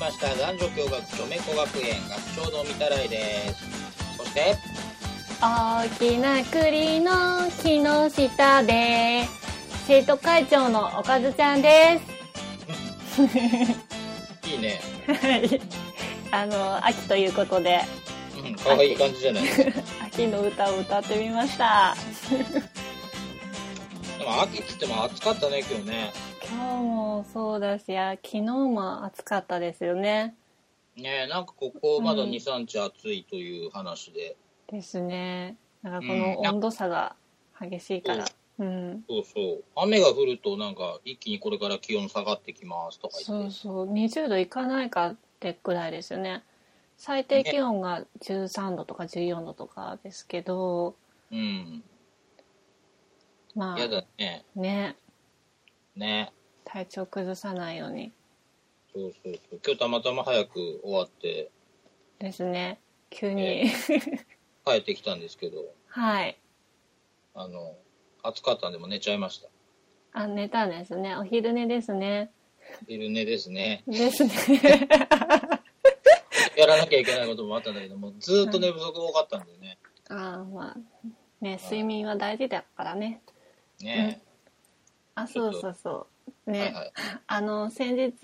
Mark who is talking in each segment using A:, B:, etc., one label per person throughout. A: ました男女共学女め子学園学長のみたらいですそして
B: 大きな栗の木の下で生徒会長のおかずちゃんです
A: いいね
B: はいあの秋ということで
A: うん可愛い感じじゃ ないで
B: 秋の歌を歌ってみました
A: も秋っつっても暑かったね今日ね
B: 今日もそうだしいや昨日も暑かったですよね
A: ねえなんかここまだ
B: うん
A: 23日暑いという話で、
B: ですねなんかこ
A: う
B: の
A: んな
B: 温度差が激しいからうん
A: そうそう雨が降るとなんか一気にこれから気温下がってきますとか言
B: そ
A: って
B: うそう20度いかないかってぐらいですよね最低気温が13度とか14度とかですけど、
A: うん
B: ま
A: 嫌だね
B: あね
A: ね
B: 体調崩さないように
A: そうそうそう今日たまたま早く終わって
B: ですね急に
A: 帰ってきたんですけど
B: はい
A: あの暑かったんでもう寝ちゃいました
B: あ寝たんですねお昼寝ですね
A: 昼寝ですね
B: ですね
A: やらなきゃいけないこともあったんだけどもうずーっと寝不足が多かったんでね
B: ああまあね睡眠は大事だからね
A: ね
B: あそうそうそう
A: え、
B: ね、
A: はいはい
B: あの先日
A: う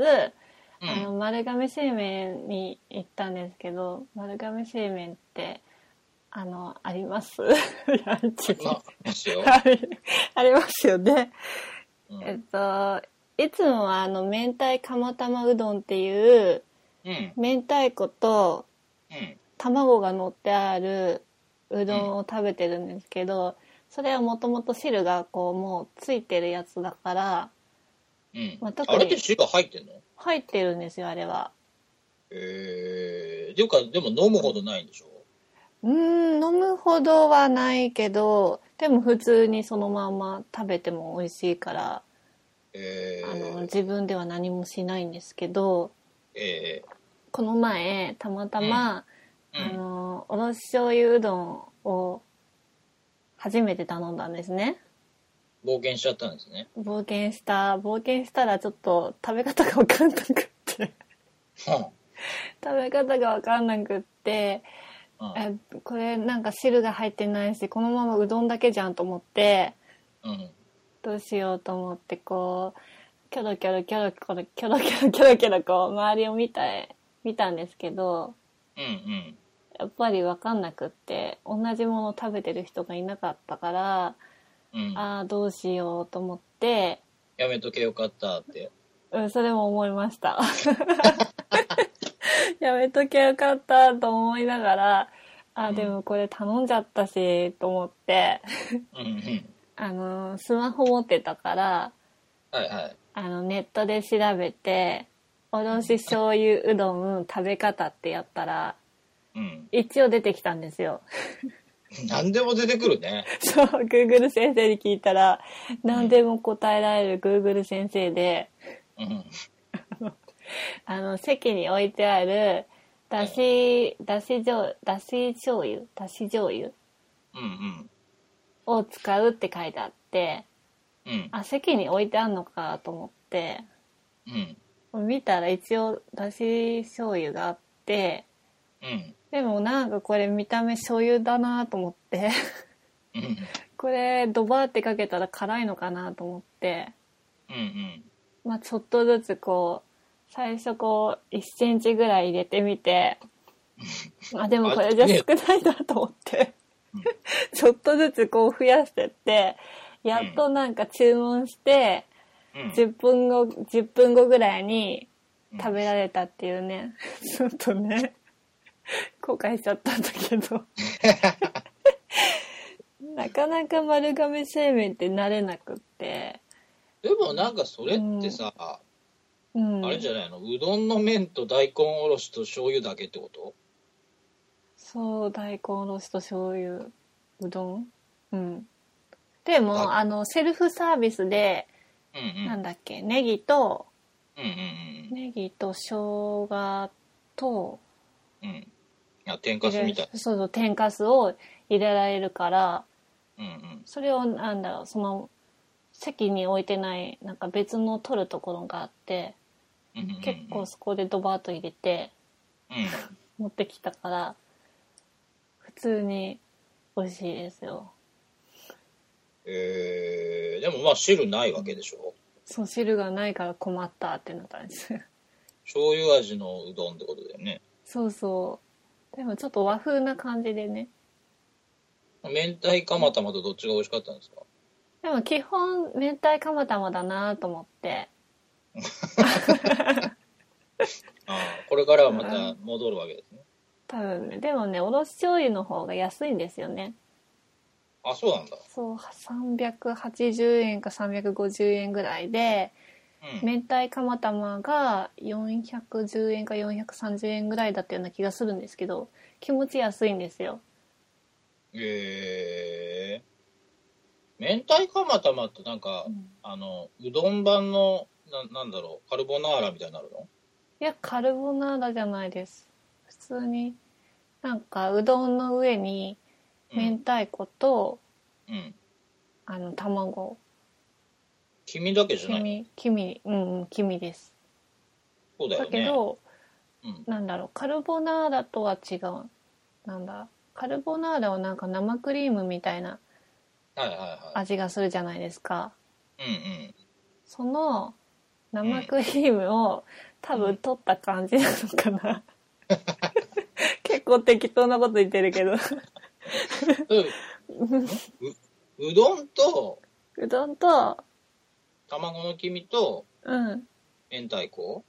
B: あの
A: ん
B: 丸亀製麺に行ったんですけど丸亀製麺ってあのあります いや違う
A: まあですよ、
B: はいありますよね、
A: うん
B: えっといつもはあの明太釜玉うどんっていう
A: うん
B: 明太子と
A: うん
B: 卵が乗ってあるうどんを食べてるんですけど、それはもともと汁がこうもうついてるやつだから
A: うん
B: まあ特に
A: あれって汁が入ってんの
B: 入ってるんですよあれは
A: えー、っていうかでも飲むほどないんでしょ
B: うーん飲むほどはないけどでも普通にそのまんま食べても美味しいから、
A: え
B: あの
A: ー、
B: 自分では何もしないんですけど
A: え
B: この前たまたま、あ
A: ー、うん
B: のおろし醤油うどんを初めて頼んだんですね
A: 冒険しちゃったんですね
B: 冒険した冒険したらちょっと食べ方が分かんなくって
A: は
B: 食べ方が分かんなくって
A: あ
B: えこれなんか汁が入ってないしこのままうどんだけじゃんと思って。
A: うんうん
B: どうしようと思ってこうキョロキョロキョロキョロキョロキョロキョロキョロこう周りを見た見たんですけど
A: うん
B: やっぱり分かんなくって同じものを食べてる人がいなかったから
A: うんうん
B: ああどうしようと思って、
A: やめとけよかったって
B: うん、それも思いました やめときゃよかったと思いながらあーでもこれ頼んじゃったしと思って
A: うんうん
B: あのースマホ持ってたから
A: はいはい
B: あのネットで調べておろし醤油うどん食べ方ってやったら
A: うん
B: 一応出てきたんですよ
A: 何でも出てくるね
B: そう Google 先生に聞いたら何でも答えられる Google 先生で
A: うん
B: あの席に置いてあるだしだし醤だし醤油だし醤油
A: うん
B: を使うって書いてあって
A: うんうん
B: あ席に置いてあんのかと思って
A: うん
B: 見たら一応だし醤油があって
A: うん
B: でもなんかこれ見た目醤油だなと思って
A: うん
B: これドバーってかけたら辛いのかなと思って、
A: うん
B: まあ、ちょっとずつこう最初こう1センチぐらい入れてみ てあでもこれじゃ少ないなと思って
A: うん
B: ちょっとずつこう増やしてってやっとなんか注文して
A: うん
B: 10分後10分後ぐらいに
A: うん
B: 食べられたっていうねちょっとね後悔しちゃったんだけど なかなか丸亀製麺って慣れなくって、
A: でもなんかそれってさ、
B: うん、
A: あれじゃないのうどんの麺と大根おろしと醤油だけってこと
B: そう大根おろしと醤油うどんうんでもあのセルフサービスで、
A: うんうん
B: なんだっけネギと
A: うんうん
B: ネギと生姜と
A: うんうんあ天かすみたい
B: そうそう天かすを入れられるから
A: うんうん
B: それをなんだろうその席に置いてないなんか別の取るところがあって
A: うんうんうん
B: 結構そこでドバーッと入れて
A: うん
B: 持ってきたから普通に美味しいですよ
A: えー、でもまあ汁ないわけでしょ
B: そう汁がないから困ったってなったんです
A: 醤油味のうどんってことだよね
B: そうそうでもちょっと和風な感じでね
A: 明太釜玉とどっちが美味しかったんですか
B: でも基本明太釜玉だなと思って
A: ああこれからはまた戻るわけですね
B: 多分ねでもねおろし醤油の方が安いんですよね
A: あそうなんだ
B: そう380円か350円ぐらいで
A: うん
B: 明太釜玉が410円か430円ぐらいだったような気がするんですけど気持ち安いんですよ
A: えー、明太釜玉ってなんか、
B: うん
A: あのうどん版のななんだろうカルボナーラみたいになるの
B: いやカルボナーラじゃないです普通になんかうどんの上に
A: う
B: 明
A: ん、
B: 太子と、
A: うん、
B: あの卵
A: 黄身だけじゃ
B: 黄
A: ない
B: 身黄身うんうん黄身です
A: そうだよ
B: だ
A: ね
B: けど、
A: うん
B: なんだろうカルボナーラとは違うなんだカルボナーラはなんか生クリームみたいな
A: はいはいは
B: 味がするじゃないですか
A: いうんうん
B: その生クリームを多分取った感じなのかな、 結構適当なこと言ってるけど
A: うんうどんと
B: うどんと
A: 卵の黄身と
B: うん
A: 明太子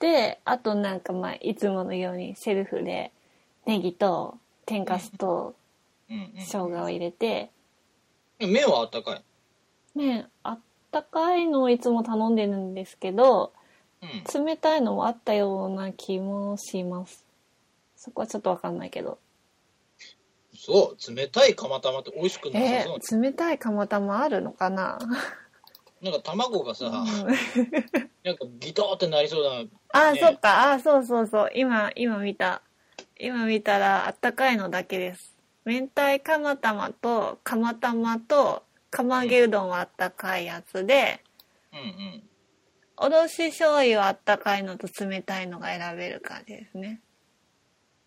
B: であとなんかまあいつものようにセルフでネギと天かすと
A: うんうん
B: 生姜を入れて
A: 麺はあったかい
B: ねあったかいのをいつも頼んでるんですけど
A: うん
B: 冷たいのもあったような気もしますそこはちょっとわかんないけど
A: そう冷たい釜玉って美味しくなさ
B: え
A: そう、
B: ー冷たい釜玉あるのかな
A: なんか卵がさ、
B: うん
A: なんかギトーってなりそうだな
B: あ、
A: ね
B: そっか、あ、そうそうそう。今、今見た。今見たら、あったかいのだけです。明太釜玉と、釜玉と、釜揚げうどんはあったかいやつで、
A: うんうん
B: おろし醤油はあったかいのと冷たいのが選べる感じですね。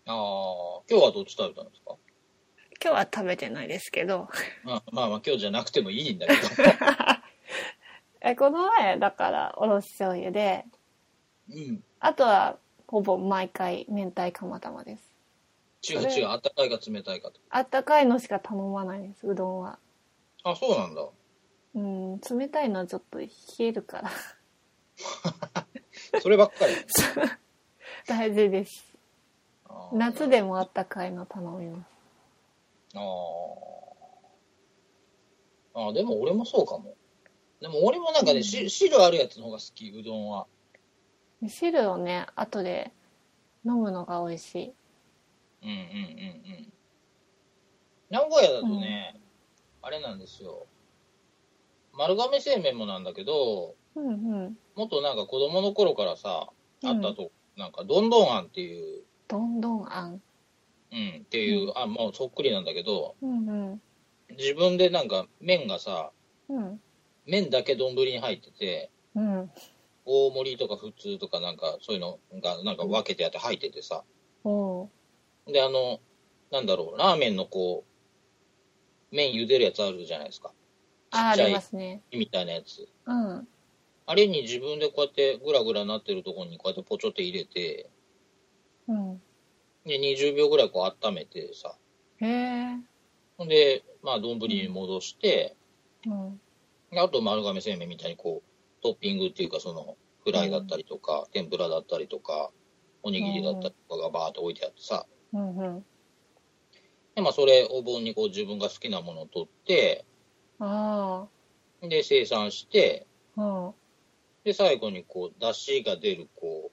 A: ああ今日はどっち食べたんですか
B: 今日は食べてないですけど。
A: まあまあまあ今日じゃなくてもいいんだけど
B: え、この前、だから、おろし醤油で、
A: うん
B: あとは、ほぼ毎回、明太釜玉です。
A: 違う違うあったかいか冷たいかって
B: あったかいのしか頼まないです、うどんは。
A: あそうなんだ
B: うん、冷たいのはちょっと冷えるから。
A: そればっかり
B: 大事です
A: あー
B: 夏でもあったかいの頼みます
A: あーあーでも俺もそうかもでも俺もなんかね、し汁あるやつの方が好きうどんは
B: 汁をね後で飲むのが美味しい
A: うんうんうんうん名古屋だとね、あれなんですよ丸亀製麺もなんだけど
B: うんうん
A: もっとなんか子供の頃からさあった
B: うん
A: と、なんかどんどんあんっていう、
B: どんどんあん
A: うん、っていう、あもうそっくりなんだけど
B: うんうん
A: 自分でなんか麺がさ
B: うん
A: 麺だけ丼に入ってて
B: うん
A: 大盛りとか普通とかなんかそういうのがなんか分けてあって入っててさ
B: おう
A: であのなんだろうラーメンのこう麺茹でるやつあるじゃないですか
B: ああ
A: ちっちゃい
B: りますね
A: みたいなやつ
B: うん
A: あれに自分でこうやってグラグラなってるところにこうやってポチョって入れて、
B: うん
A: で、20秒ぐらいこう温めてさ、
B: へえ
A: ほんで、まあ、丼に戻して、
B: うん
A: であと丸亀製麺みたいにこう、トッピングっていうか、その、フライだったりとか、天ぷらだったりとか、おにぎりだったりとかがバーって置いてあってさ、
B: うんうん
A: で、まあ、それお盆にこう自分が好きなものを取って、
B: あ
A: で、生産して、
B: あうん
A: で、最後にこう、出汁が出る、こ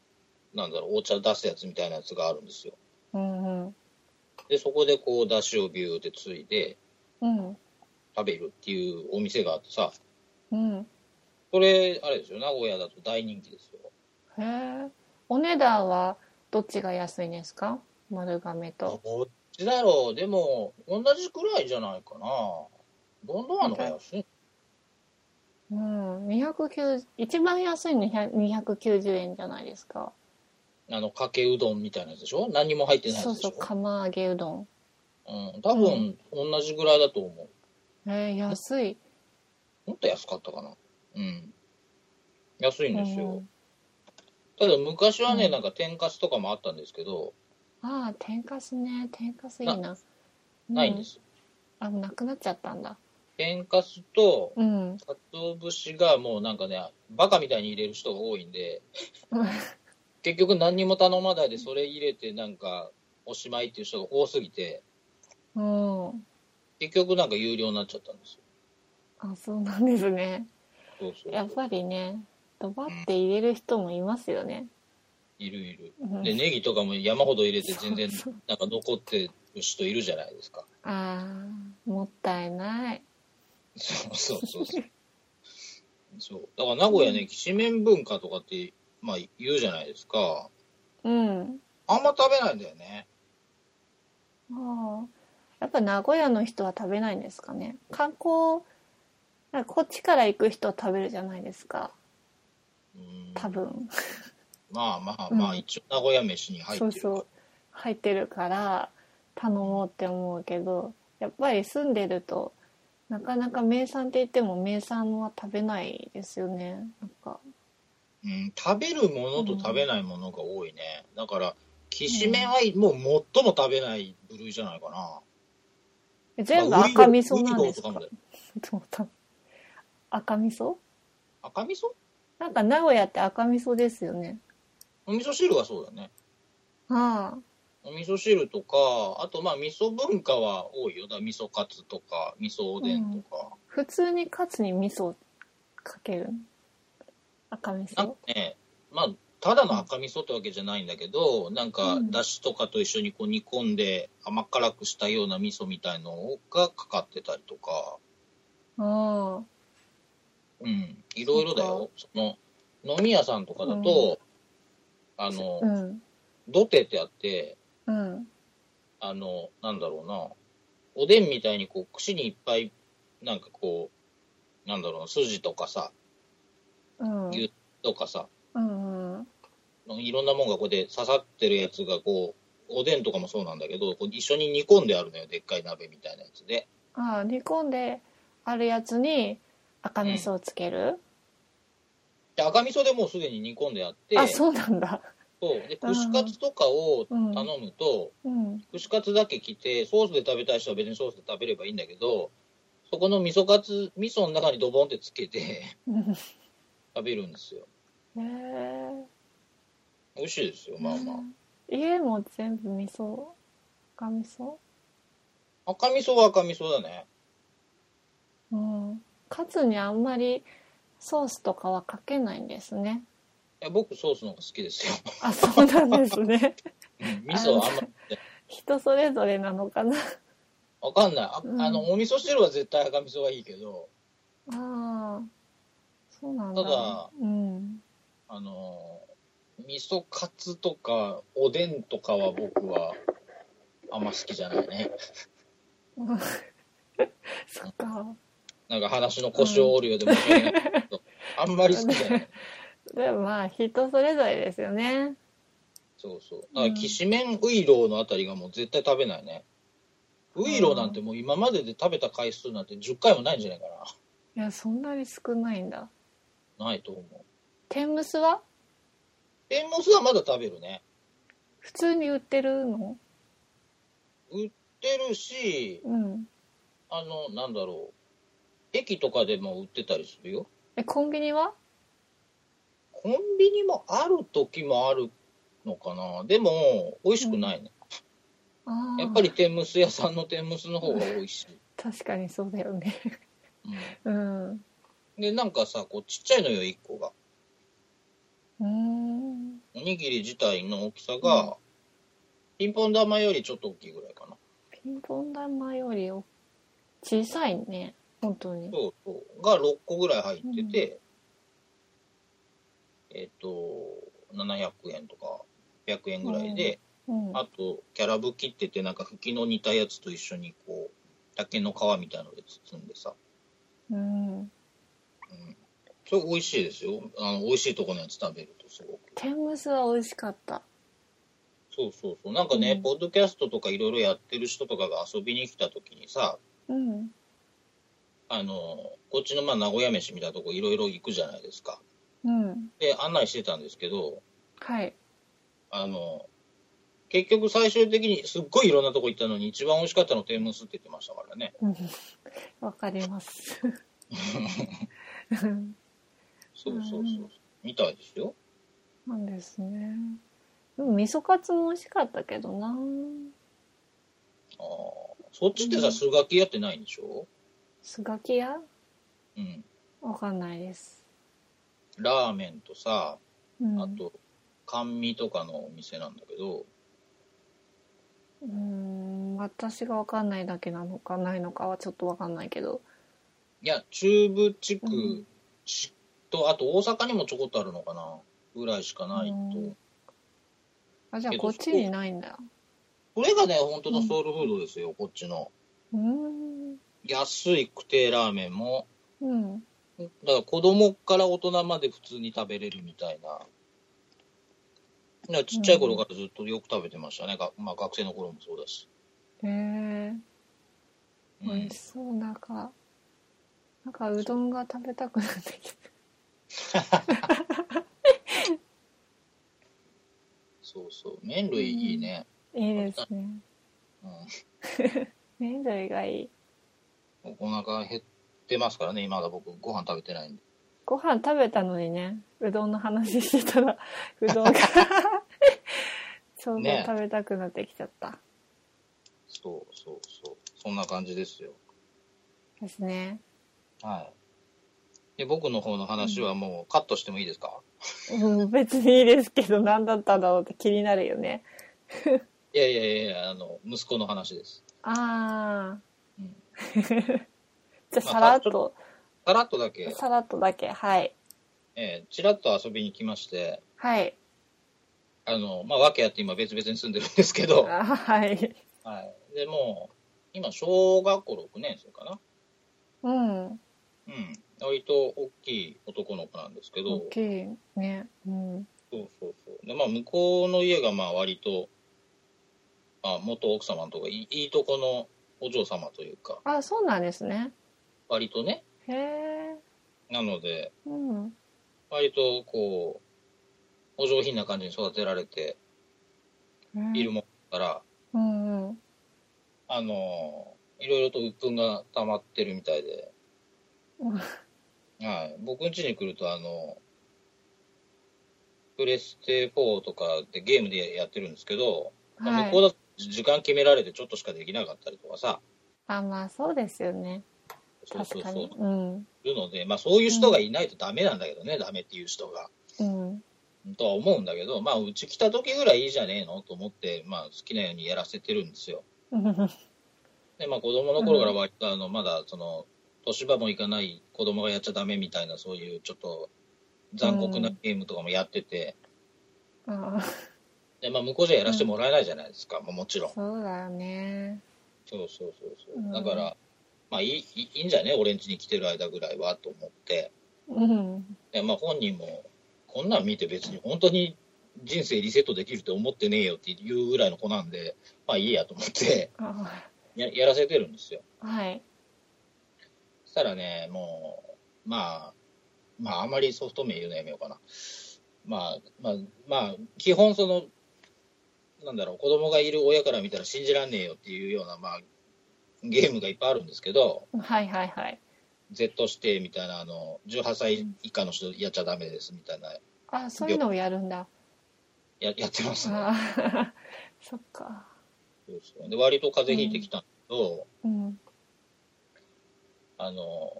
A: う、なんだろう、お茶出すやつみたいなやつがあるんですよ。
B: うんうん
A: で、そこでこう、出汁をビューってついで、
B: うん
A: 食べるっていうお店があってさ、
B: うん
A: それ、あれですよ、名古屋だと大人気ですよ。
B: へえお値段はどっちが安いんですか丸亀と
A: どっちだろう、でも、同じくらいじゃないかな。どんどんあんのが安い。
B: うん、290一番安いの200 290円じゃないですか
A: あの、かけうどんみたいなやつでしょ何にも入ってないや
B: そう
A: つでし
B: そ
A: ょ
B: う釜揚げうどん
A: うん。多分、同じぐらいだと思う。
B: えー、安い
A: もっと安かったかな。うん。安いんです
B: う
A: よ。
B: ん
A: ただ、昔はね、
B: うん
A: なんか天かすとかもあったんですけど、
B: ああ天かすね天かすいいな、
A: ないんですす。
B: うんあなくなっちゃったんだ
A: 天かすと、
B: うん
A: 鰹節がもうなんかね、バカみたいに入れる人が多いんで、結局何にも頼まないでそれ入れてなんかおしまいっていう人が多すぎて、
B: うん
A: 結局なんか有料になっちゃったんですよ。
B: あそうなんですね
A: そうそう
B: やっぱりねドバって入れる人もいますよね、
A: いるいる。
B: うん
A: で、ネギとかも山ほど入れて全然
B: そう
A: なんか残ってる人いるじゃないですか。
B: ああもったいない
A: そうそうそうそう。そう。だから名古屋ね、きしめん文化とかって、まあ言うじゃないですか。
B: うん
A: あんま食べないんだよね。
B: ああやっぱ名古屋の人は食べないんですかね観光なんかこっちから行く人は食べるじゃないですか
A: うん
B: 多。分、
A: まあまあまあ、
B: うん
A: 一応名古屋飯に入って
B: そ
A: る
B: うそう入ってるから頼もうって思うけどやっぱり住んでるとなかなか名産って言っても名産は食べないですよねなんか
A: うん、食べるものと食べないものが多いね。だから、きしめんはもう最も食べない部類じゃないかな。
B: 全部
A: まあ
B: 赤味噌なん
A: ウイロウイロ
B: で
A: ウと
B: す
A: か
B: か
A: もだよ
B: どうだ赤味噌
A: 赤味噌
B: なんか名古屋って赤味噌ですよね。
A: お味噌汁はそうだね。
B: あ
A: お味噌汁とか、あとまあ味噌文化は多いよ。だから味噌カツとか、味噌おでんとか
B: あ。、普通にカツに味噌かける赤味
A: なん
B: 噌
A: かね、まあ、ただの赤味噌ってわけじゃないんだけど、なんか
B: うん
A: だしとかと一緒にこう煮込んで甘辛くしたような味噌みたいのがかかってたりとか、
B: あ
A: うん、いろいろだよ。その、飲み屋さんとかだと、あの
B: あ、うん
A: 土手ってあって、
B: うん
A: あの、なんだろうな、おでんみたいにこう、串にいっぱい、なんかこう、なんだろうな、筋とかさ、
B: うん
A: 牛とかさ、
B: うんうん
A: いろんなもんがこうで刺さってるやつがこう、おでんとかもそうなんだけど、こう一緒に煮込んであるのよ、でっかい鍋みたいなやつで。
B: ああ煮込んであるやつに赤味噌をつける、
A: で赤味噌でもうすでに煮込んであって、
B: あそうなんだ
A: そうで串カツとかを
B: うん
A: 頼むと、
B: うん
A: 串カツだけ来て、ソースで食べたい人は別にソースで食べればいいんだけど、そこの味噌カツ、味噌の中にドボンってつけて
B: うん
A: 食べるんですよ。
B: へえ
A: 美味しいですよ、まあま
B: 家も全部味噌赤味噌
A: あ。赤味噌は赤味噌だね。
B: うんカツにあんまりソースとかはかけないんですね
A: いや僕ソースの方が好きですよ。
B: あそうなんです ね
A: うん味噌はあんまり。
B: 人それぞれなのかな
A: わかんない。あ,、
B: うん
A: あの、お味噌汁は絶対赤味噌がいいけど、
B: ああそうなんだ
A: ただ
B: うん
A: あのー、味噌カツとか、おでんとかは僕は、あんま好きじゃないね。
B: そっか
A: なんか話の腰を折るようで申し訳ないけど、あんまり好きじゃない。
B: でもまあ人それぞれですよね
A: そうそう。だから、きしめんウイローのあたりがもう絶対食べないね。ウイローなんてもう今までで食べた回数なんて10回もないんじゃないか
B: いやそんなに少ないんだ
A: な。ないと思う。
B: 天むすは
A: 天むすはまだ食べるね。
B: 普通に売ってるの
A: 売ってるし、
B: うん
A: あの、なんだろう。駅とかでも売ってたりするよ。
B: えコンビニは
A: コンビニもある時もあるのかな。でも、美味しくないね。
B: ああ
A: やっぱり天むす屋さんの天むすの方が美味しい。
B: 確かにそうだよね
A: う、
B: うんうん
A: で、なんかさ、こう、ちっちゃいのよ、一個が。
B: ーん
A: おにぎり自体の大きさが、
B: うん
A: ピンポン玉よりちょっと大きいぐらいかな。
B: ピンポン玉よりお小さいね本当に
A: そうそう。が6個ぐらい入ってて、えっ、と、700円とか、100円ぐらいで、
B: うん
A: あと、キャラブキって言って、なんか、吹きの煮たやつと一緒に、こう、竹の皮みたいので包んでさ、
B: うん
A: うん、それ美味しいですよ。あの、美味しいとこのやつ食べるとすごく。
B: 天むすは美味しかった
A: そうそうそう。なんかね、
B: うん
A: ポッドキャストとかいろいろやってる人とかが遊びに来た時にさ、
B: うん
A: あの、こっちのまあ名古屋飯みたいなとこいろいろ行くじゃないですか。
B: うん
A: で、案内してたんですけど、
B: はい
A: あの、結局最終的にすっごいいろんなとこ行ったのに一番美味しかったの天むすって言ってましたからね。
B: うんわか ります。
A: そうそうそうう。
B: ん
A: みたいですよ。
B: なんですね。でも味噌カツも美味しかったけどな。
A: あーそっちってさ、数学やってないんでしょ
B: すがき屋
A: うん。
B: わかんないです。
A: ラーメンとさ、
B: うん、
A: あと、甘味とかのお店なんだけど、
B: うーん私がわかんないだけなのかないのかはちょっとわかんないけど。
A: いや、中部地区
B: うん
A: ちと、あと大阪にもちょこっとあるのかなぐらいしかないと。
B: うんあじゃあ
A: けど
B: こっちにないんだ。
A: これがね、本当のソウルフードですよ、こっちの。
B: うーん
A: 安いくてラーメンも、
B: うん
A: だから子供から大人まで普通に食べれるみたいな。だからちっちゃい頃からずっとよく食べてましたね。がまあ、学生の頃もそうだし。
B: へえ
A: うん
B: 美味しそうなんかなんかうどんが食べたくなってきた。
A: そうそう。麺類いいね。
B: いいですね。
A: う
B: 麺類がいい。
A: ん。お腹減ってますからね、今まだ僕ご飯食べてないんで。
B: ご飯食べたのにねうどんの話して たらうどんがちょうど
A: ね
B: 食べたくなってきちゃった、
A: そうそうそう。そんな感じですよ。
B: ですね
A: はい。で、僕の方の話はもうカットしてもいいですか、
B: うん別にいいですけど何だったんだろうって気になるよね
A: いやいやいやいや、あの、息子の話です。
B: ああ
A: うん。
B: じゃあ
A: まあ
B: さらっと
A: さらっとだけ、
B: さらっとだけはい
A: えー、ちらっと遊びに来まして、
B: はい
A: あの、まあ、訳あって今別々に住んでるんですけ
B: あ
A: ど、
B: ーはい
A: はい。で、もう、今、小学校6年生かな
B: うん
A: うん。割と大きい男の子なんですけど
B: 大、きいねうん
A: そうそうそう。で、まあ、向こうの家が、まあ、割と、あ、元奥様のとか、いいいいとこのお嬢様というか、
B: あそうなんですね
A: 割とね、
B: へえ
A: なので、
B: うん
A: 割とこう、お上品な感じに育てられているもんだから、
B: うんうん
A: あの、いろいろと鬱憤が溜まってるみたいで
B: うん、
A: はい。僕ん家に来ると、あの、プレステ4とかでゲームでやってるんですけど、まあ
B: は
A: 向こう
B: い
A: だと時間決められてちょっとしかできなかったりとかさ、
B: あまあそうですよね
A: そうそ
B: 確
A: う
B: か
A: そ
B: に
A: う、
B: うん
A: いるので、まあそういう人がいないとダメなんだけどね、ダメっていう人が。
B: うん
A: とは思うんだけど、まあ、うち来た時ぐらいいいじゃねえのと思って、まあ、好きなようにやらせてるんですよ。
B: うん
A: で、まあ、子供の頃から割と、あの、まだ、その、年場もいかない子供がやっちゃダメみたいな、そういうちょっと残酷なゲームとかもやってて、
B: あ
A: で、まあ、向こうじゃやらせてもらえないじゃないですか、もうもちろん。
B: そうだよね。
A: そうそうそう
B: う
A: そ
B: ん
A: う。だから、まあ、いい、いいいいんじゃね俺ん家に来てる間ぐらいは、と思って。
B: うん。
A: で、まあ、本人も、こんなん見て別に本当に人生リセットできるって思ってねえよっていうぐらいの子なんで、まあ、いいやと思って。
B: あ
A: ややらせてるんですよ。
B: はい。
A: そしたらね、もう、まあ、まあ、あまりソフト名言うのやめようかな。まあ、まあ、まあ、基本その、なんだろう、子供がいる親から見たら信じらんねえよっていうような、まあ、ゲームがいっぱいあるんですけど、
B: はいはいはい。
A: Z してみたいな、あの、18歳以下の人やっちゃダメですみたいな、
B: あそういうのをやるんだ。
A: ややってますね。
B: あそっか。
A: そうそうで、割と風邪ひいてきたんだけど、
B: うん。
A: あの、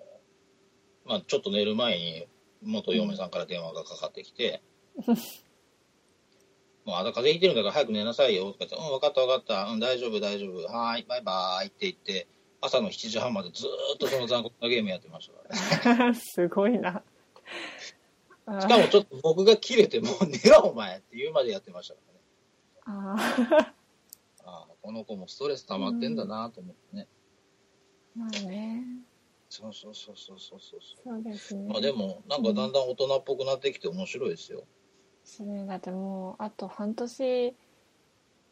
A: まあ、ちょっと寝る前に、元嫁さんから電話がかかってき て、もう、あなた風邪ひいてるんだから早く寝なさいよ、とか言って、うん、分かった分かった、うん、大丈夫大丈夫、はーい、バイバーイって言って、朝の7時半までずーっとその残酷なゲームやってましたから ね。
B: すごいな。あ
A: しかもちょっと僕が切れて、もう寝ろお前って言うまでやってましたからね。
B: あ
A: ああ、この子もストレス溜まってんだなと思ってね。
B: まあね。
A: そうそうそうそうそうそうそ
B: そうです
A: う
B: ね。
A: まあでもなんかだんだん大人っぽくなってきて面白いですよ
B: そうねだってもうあと半年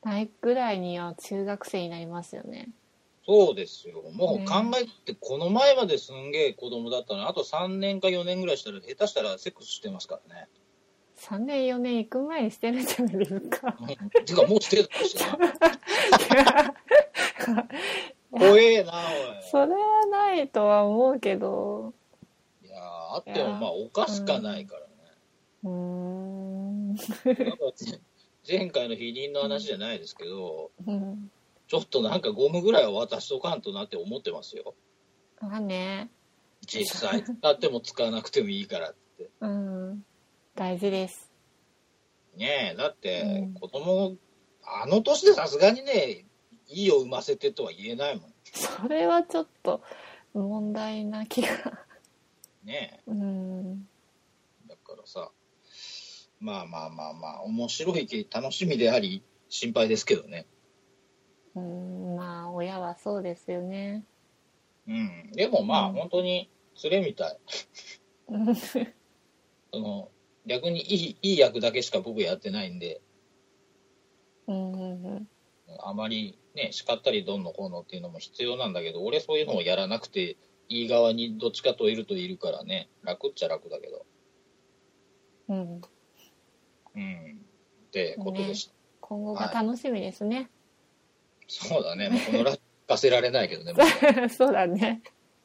B: ないぐらいには中学生になりますよね。
A: そうですよもう考えてこの前まですんげえ子供だったのにあと3年か4年ぐらいしたら下手したらセックスしてますからね
B: 3年4年行く前にしてるんじゃないですか。
A: うんてかもうしてるんですよな 怖えなおい
B: それはないとは思うけど
A: いやーあってもまあおかしかないからね
B: うーん
A: なんかぜ 前回の否認の話じゃないですけど、
B: うん
A: ちょっとなんかゴムぐらいは渡しとかんとなって思ってますよ。
B: まあね
A: 実 際使っても使わなくてもいいからって。
B: うん大事です
A: ねえ、だっ
B: う
A: て
B: ん
A: 子供、あの年でさすがにね、いいを産ませてとは言えないもん。
B: それはちょっと問題な気が
A: ね
B: うん
A: え。だからさ、まあまあまあまあ、面白いけ楽しみであり、心配ですけどね。
B: うんまあ親はそうですよね
A: うん。でもまあ、
B: うん
A: 本当に、連れみたい。
B: うん
A: その、逆にいい、いい役だけしか僕やってないんで、
B: うんうん
A: あまりね、叱ったりどんのこうのっていうのも必要なんだけど、俺そういうのをやらなくて、いい側にどっちかといるといるからね、楽っちゃ楽だけど、
B: うん
A: うん、ってことでした。
B: 今後が楽しみですね、
A: そうだね、もうこのラジオ聞かせられないけどね、 も
B: そうだね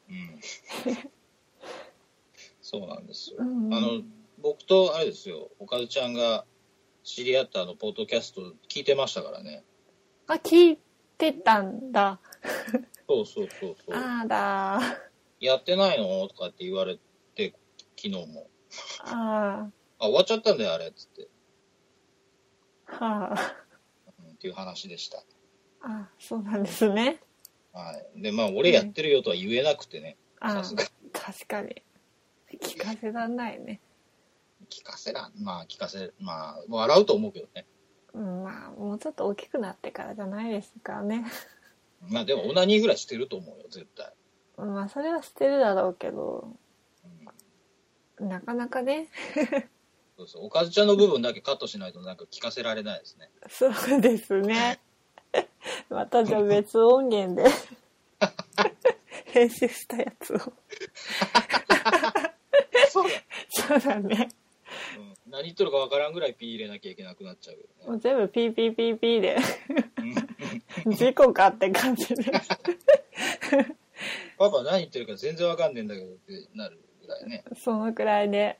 A: ううん。そうなんですよ。
B: う
A: あ
B: ん
A: の、僕とあれですよ、おかずちゃんが知り合ったあの、ポッドキャスト聞いてましたからね。
B: あ聞いてたんだ
A: そうそうそうそう。
B: あーだー
A: やってないのとかって言われて、昨日も。
B: あ
A: あ、終わっちゃったんだよ、あれ、っつって。
B: ーはあ
A: うんっていう話でした。
B: あそうなんですね
A: はい。で、まあ、俺やってるよとは言えなくてね、
B: あ
A: さす
B: ー
A: が
B: 確かに聞かせらんないね
A: 聞かせらん、まあ、聞かせ、まあ、笑うと思うけどね。
B: うんまあもうちょっと大きくなってからじゃないですからね
A: まあ、でも、オナニーぐらいしてると思うよ、絶対。
B: まあそれはしてるだろうけど
A: うん
B: なかなかね
A: そうそう。おかずちゃんの部分だけカットしないと、なんか聞かせられないですね。
B: そうですねまたじゃあ別音源で編集したやつを
A: そうだ。
B: そうだね
A: うん、何言ってるかわからんぐらいピー入れなきゃいけなくなっちゃうけど
B: も
A: ね
B: う全部ピーピーピーピ ーで
A: うん。
B: 事故かって感じで
A: パパ何言ってるか全然わかんねえんだけどってなるぐらいね。
B: そのくらいで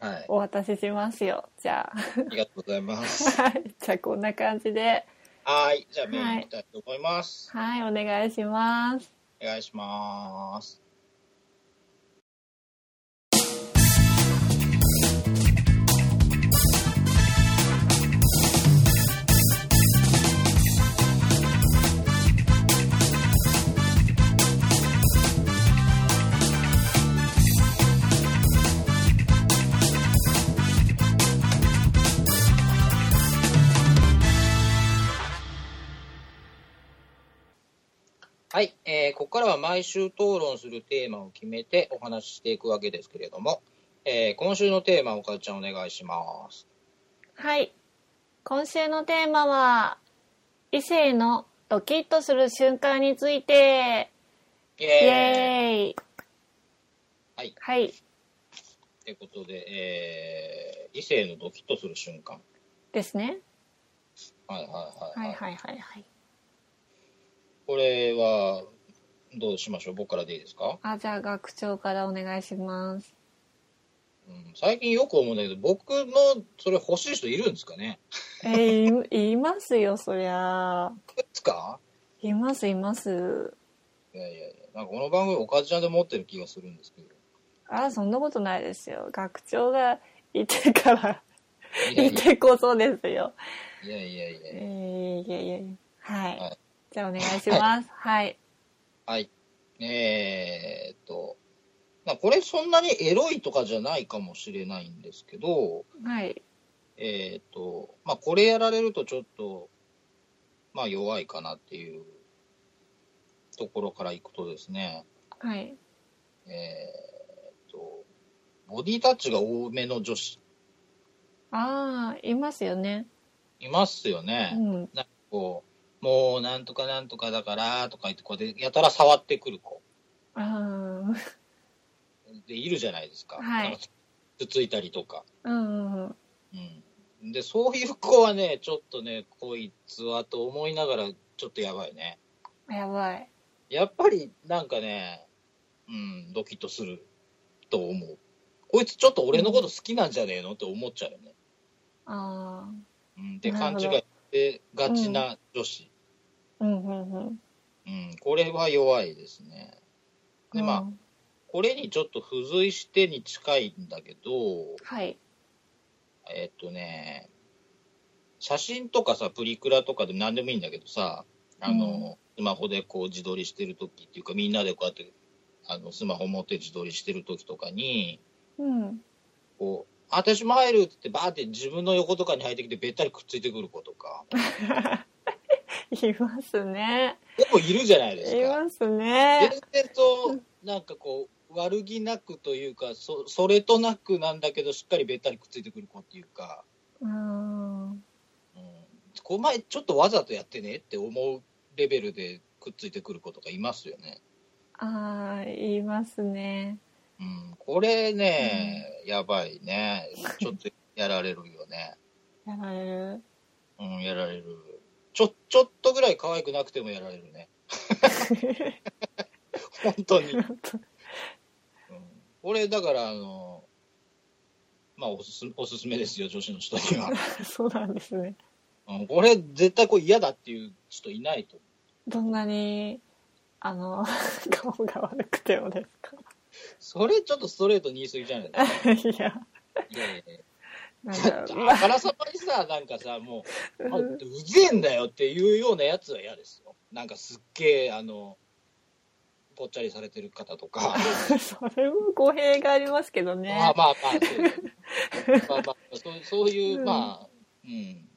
A: はい。
B: お渡ししますよじゃあ
A: ありがとうございます。
B: はいじゃあこんな感じで
A: はい。じゃあ、メールいきたいと思います。
B: はいお願いします
A: お願いします。はい、えーここからは毎週討論するテーマを決めてお話ししていくわけですけれども、えー今週のテーマ、おかずちゃんお願いします。
B: はい。今週のテーマは、異性のドキッとする瞬間について、
A: イ
B: イ
A: エーイ
B: エーイ
A: はい。
B: はい。
A: ということで、えー異性のドキッとする瞬間。
B: ですね。
A: はいはいはい、
B: は
A: はいい。
B: はいはいはい。
A: これは、どうしましょう僕からでいいですか、
B: あ、じゃあ学長からお願いします。
A: うん、最近よく思うんだけど、僕のそれ欲しい人いるんですかね
B: えーい、いますよ、そりゃあ。
A: いつか
B: います、います。
A: いやいやいや、なんかこの番組おかずちゃんで持ってる気がするん ですけど。
B: あ、そんなことないですよ。学長がいてから、
A: いや
B: い
A: いや
B: てこそですよ。
A: いやいやいや
B: えーいやいやいや。
A: は
B: はい
A: い。
B: じゃあお願いします。はい。
A: はい。えーっと、まあ、これそんなにエロいとかじゃないかもしれないんですけど、
B: はい。
A: えーっと、まあ、これやられるとちょっと、まあ、弱いかなっていうところからいくとですね、
B: はい。
A: えーっと、ボディタッチが多めの女子、
B: ああいますよね
A: いますよ
B: う
A: ね。
B: ん
A: なんかこう、もうなんとかなんとかだからとか言って、こうでやたら触ってくる子
B: あー
A: でいるじゃないですか。
B: は
A: な
B: い
A: んかつついたりとか。
B: うんうんうん
A: うん。で、そういう子はね、ちょっとね、こいつはと思いながら、ちょっとやばいね。
B: やばい
A: やっぱりなんかね、うん、ドキッとすると思う。こいつちょっと俺のこと好きなんじゃねえのって思っちゃうよね。
B: あ
A: うん、って
B: なる
A: 勘
B: ほ
A: 違
B: ど
A: いしてがちな女子。
B: あうんうんうん
A: うん、これは弱いですね。で、まあ、
B: うん
A: これにちょっと付随してに近いんだけど、
B: はい
A: えっとね、写真とかさ、プリクラとかでも何でもいいんだけどさ、あの、スマホでこう自撮りしてる時っていうか、みんなでこうやって、あの、スマホ持って自撮りしてる時とかに、
B: うん
A: こう、私も入るって言ってバーって自分の横とかに入ってきてべったりくっついてくる子と か、
B: いますね
A: 結構いるじゃないです
B: い
A: か。
B: ます
A: 全
B: ね
A: 然と、なんかこう、悪気なくというか、そそれとなくなんだけど、しっかりべったりくっついてくる子っていうか、
B: うん
A: うん、この前ちょっとわざとやってねって思うレベルでくっついてくる子とかいますよね。
B: ああいますね
A: うん、これね、やばいね。ちょっとやられるよね。
B: やられる
A: うん、やられる。ちょ、ちょっとぐらい可愛くなくてもやられる ね。本当に。うん、これだから、あの、まあおすすおすすめですよ、女子の人には。
B: そうなんですね。
A: うん、これ絶対こう嫌だっていう人いないと思う
B: どんなに、あの、 顔が悪くてもです
A: それちょっとストレートに言い過ぎじゃない ですか。
B: か いや、
A: いやいやいや
B: なん
A: だ
B: か、
A: あからさまにさ、なんかさ、もう、あうぜえんだよっていうようなやつは嫌ですよ。なんかすっげえ、あの、ぽっちゃりされてる方とか、
B: それも語弊がありますけ
A: ま
B: ど
A: あ
B: ね。
A: まあまあ、そうまあまあそうそういう、
B: うん
A: まあ、うん。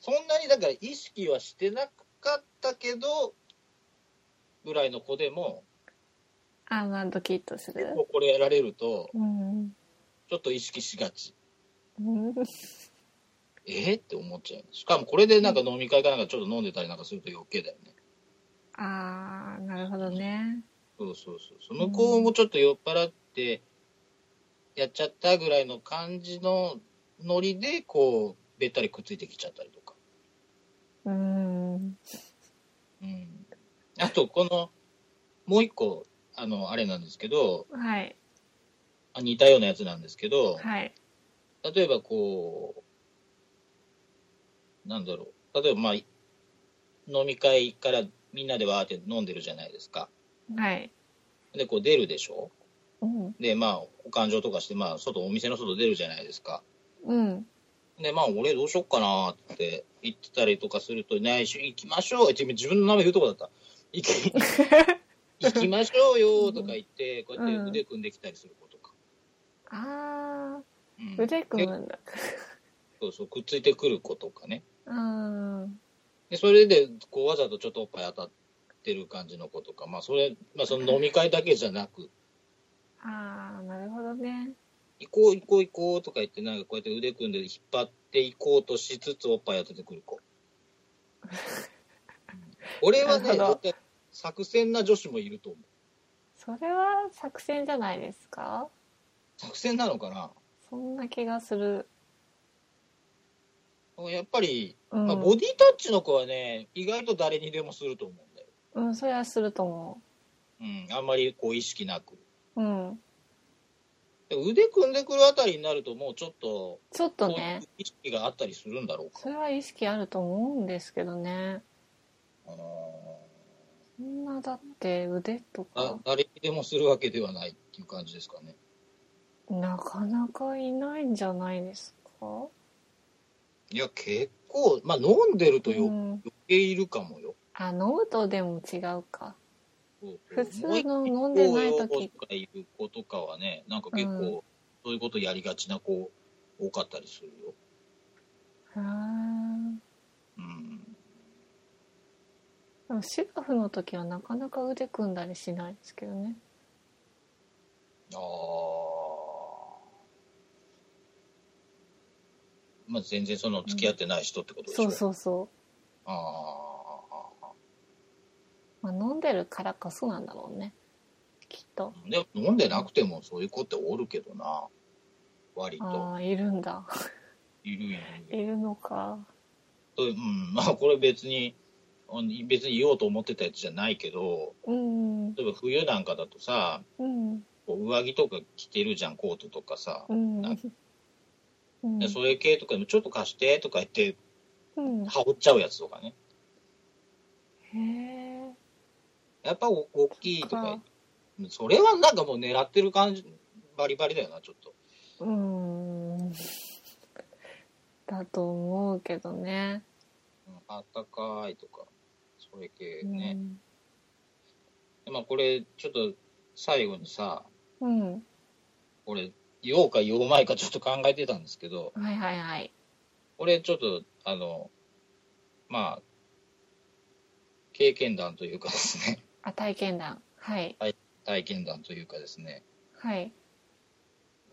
A: そんなにだから意識はしてなかったけど、ぐらいの子でも、
B: あんまドキッとする。
A: もうこれやられると、
B: うん。
A: ちょっと意識しがち。
B: うん
A: えって思っちゃう。しかもこれでなんか飲み会かなんかちょっと飲んでたりなんかすると余計だよね。
B: ああ、なるほどね。
A: そうそうそうそう。向こうもちょっと酔っ払って、やっちゃったぐらいの感じのノリで、こう、べったりくっついてきちゃったりとか。
B: うん。
A: うん。あと、この、もう一個、あの、あれなんですけど、
B: はい。
A: あ似たようなやつなんですけど、
B: はい。
A: 例えばこう、なんだろう。例えば、まあ、飲み会からみんなでわーって飲んでるじゃないですか。
B: はい。
A: で、こう出るでしょ
B: うん。
A: で、まあ、お勘定とかして、まあ、外、お店の外出るじゃないですか。
B: うん。
A: で、まあ、俺どうしよっかなって言ってたりとかすると、内緒行きましょうって自分の名前言うとこだった。行 き行きましょうよとか言って、こうやって腕組んできたりすることか。
B: ああ、
A: うん
B: 腕組
A: で
B: むんだ。
A: そうそう、くっついてくる子とかね。
B: うん。
A: で、それで、こう、わざとちょっとおっぱい当たってる感じの子とか、まあ、それ、まあ、その飲み会だけじゃなく、
B: ああ、なるほどね。
A: 行こう行こう行こうとか言って、なんかこうやって腕組んで引っ張っていこうとしつつおっぱい当ててくる子。 うん俺はね、
B: なるほど
A: 絶対作戦な女子もいると思う。
B: それは作戦じゃないですか
A: 作戦なのかな
B: そんな気がする。
A: やっぱり、
B: うん
A: まあ、ボディタッチの子はね、意外と誰にでもすると思うんだよ。
B: うん、それはすると思
A: うん、あんまりこう意識なく。
B: う。うん。
A: で腕組んでくるあたりになると、もうちょっと、
B: ちょっと
A: こうい
B: ね
A: う、意識があったりするんだろうか。
B: それは意識あると思うんですけどね。
A: あ
B: そんなだって腕と
A: ーあ、
B: か
A: 誰にでもするわけではないっていう感じですかね。
B: なかなかいないんじゃないですか
A: いや、結構、まあ、飲んでるとよ、
B: うん、
A: 余計いるかもよ。
B: あ、飲むとでも違うか。普通の飲ん
A: もう
B: で
A: 一個
B: ない
A: よ
B: 時
A: とかいう子とかはね、なんか結構、
B: うん
A: そういうことやりがちな子多かったりするよ。
B: あ
A: う
B: ー
A: ん。
B: でもシガフの時はなかなか腕組んだりしないですけどね。
A: ああ。まあ、全然その付き合ってない人ってことでしょ、
B: そうそうそう
A: あ
B: まあ、飲んでるからこそなんだろうねきっと
A: あ。でも飲んでなくてもそういう子っておるけどな。割と。
B: ああいるんだ
A: いるいるい
B: い
A: る
B: るのか
A: そううん。まあ、これ別に、 あの別に言おうと思ってたやつじゃないけど、
B: うん
A: 例えば冬なんかだとさ、
B: うん
A: こう上着とか着てるじゃん、コートとかさ。
B: うん
A: なん
B: うん
A: でそれ系とかでもちょっと貸してとか言って、
B: うん
A: 羽織っちゃうやつとかね。
B: へえ
A: やっぱお大きいとか、それはなんかもう狙ってる感じ、バリバリだよな、ちょっと。
B: うんだと思うけどね
A: うんあったかいとか、それ系
B: うん
A: ね。でまあこれ、ちょっと最後にさ、
B: うん
A: これ、言おうか言おうまいかちょっと考えてたんですけど、
B: はいはいはい
A: これちょっと、あの、まあ、経験談というかですね、
B: あ体験談はい
A: 体験談というかですね、
B: はい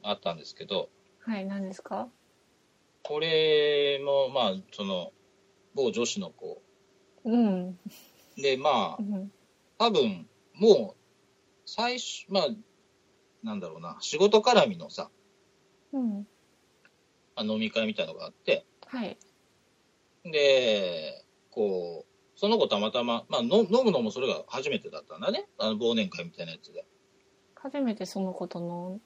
A: あったんですけど、
B: はい何ですか
A: これも、まあ、その、某女子の子。
B: うん
A: で、まあ
B: う、ん
A: 多分もう最初まあなんだろうな仕事絡みのさ
B: うん
A: まあ飲み会みたいのがあって
B: はい
A: でこうその子たまたま、まあ、の飲むのもそれが初めてだったんだねあの忘年会みたいなやつで
B: 初めてそのことの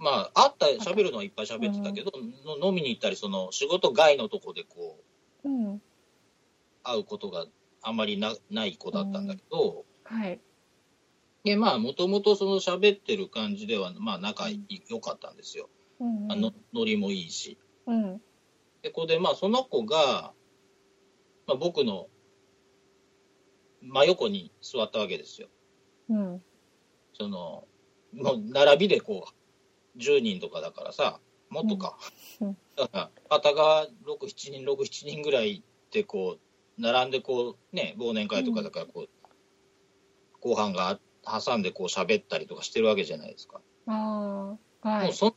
A: まあ会った喋るのはいっぱい喋ってたけど、の飲みに行ったりその仕事外のとこでこう
B: うん
A: 会うことがあんまりなない子だったんだけど、
B: はい
A: でまあもともとその喋ってる感じではまあ仲い良かったんですよ、
B: うん
A: あのノリもいいし
B: うん
A: で、ここで、まあ、その子が、まあ、僕の真横に座ったわけですよ。
B: うん
A: その、もう、並びでこう、10人とかだからさ、もっとか
B: うんうん。
A: だから、片側6、7人、6、7人ぐらいでこう、並んでこう、ね、忘年会とかだから、こう、後半が挟んでこう、喋ったりとかしてるわけじゃないですか。
B: ああは
A: もう
B: い
A: そ、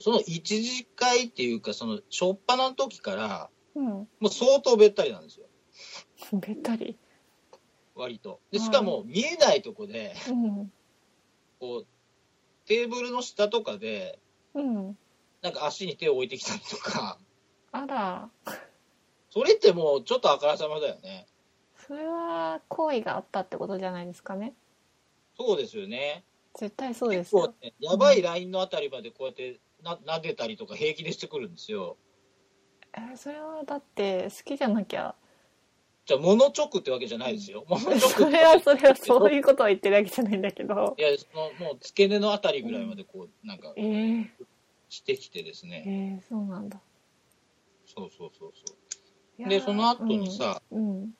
A: その一次会っていうか、その、初っ端の時から、
B: うん
A: もう相当べったりなんですよ。
B: べったり
A: 割とで
B: はい
A: しかも見えないとこで
B: うん
A: こうテーブルの下とかで
B: うん
A: なんか足に手を置いてきたりとか
B: あら
A: それってもうちょっとあからさまだよね
B: それは好意があったってことじゃないですかね
A: そうですよね
B: 絶対そうで
A: 結
B: す
A: 構
B: よ
A: ねやばいラインのあたりまでこうやってな撫でたりとか平気でしてくるんですよ
B: えーそれはだって好きじゃなきゃ
A: じゃあモノチョクってわけじゃないですよモノチョク
B: それはそれはそういうことを言ってるわけじゃないんだけど
A: いやそのもう付け根のあたりぐらいまでこうなんか
B: えー、
A: してきてです
B: え
A: ね
B: ー、そうなんだ
A: そうそうそうそ
B: いや
A: う
B: ー
A: でその後にさ、
B: うん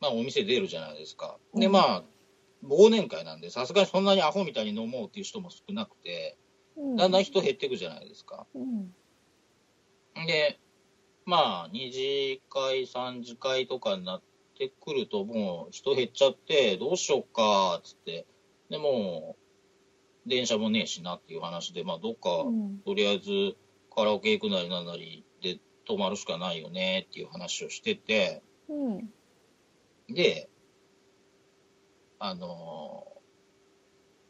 A: まあ、お店出るじゃないですか。
B: うん
A: で、まあ、忘年会なんで、さすがにそんなにアホみたいに飲もうっていう人も少なくて、
B: うん
A: だんだん人減っていくじゃないですか。
B: うん
A: で、まあ、2次会、3次会とかになってくると、もう人減っちゃって、どうしようか、つって。で、もう、電車もねえしなっていう話で、まあ、どっか、
B: うん
A: とりあえずカラオケ行くなりなんなりで泊まるしかないよねっていう話をしてて、
B: うん
A: で、あの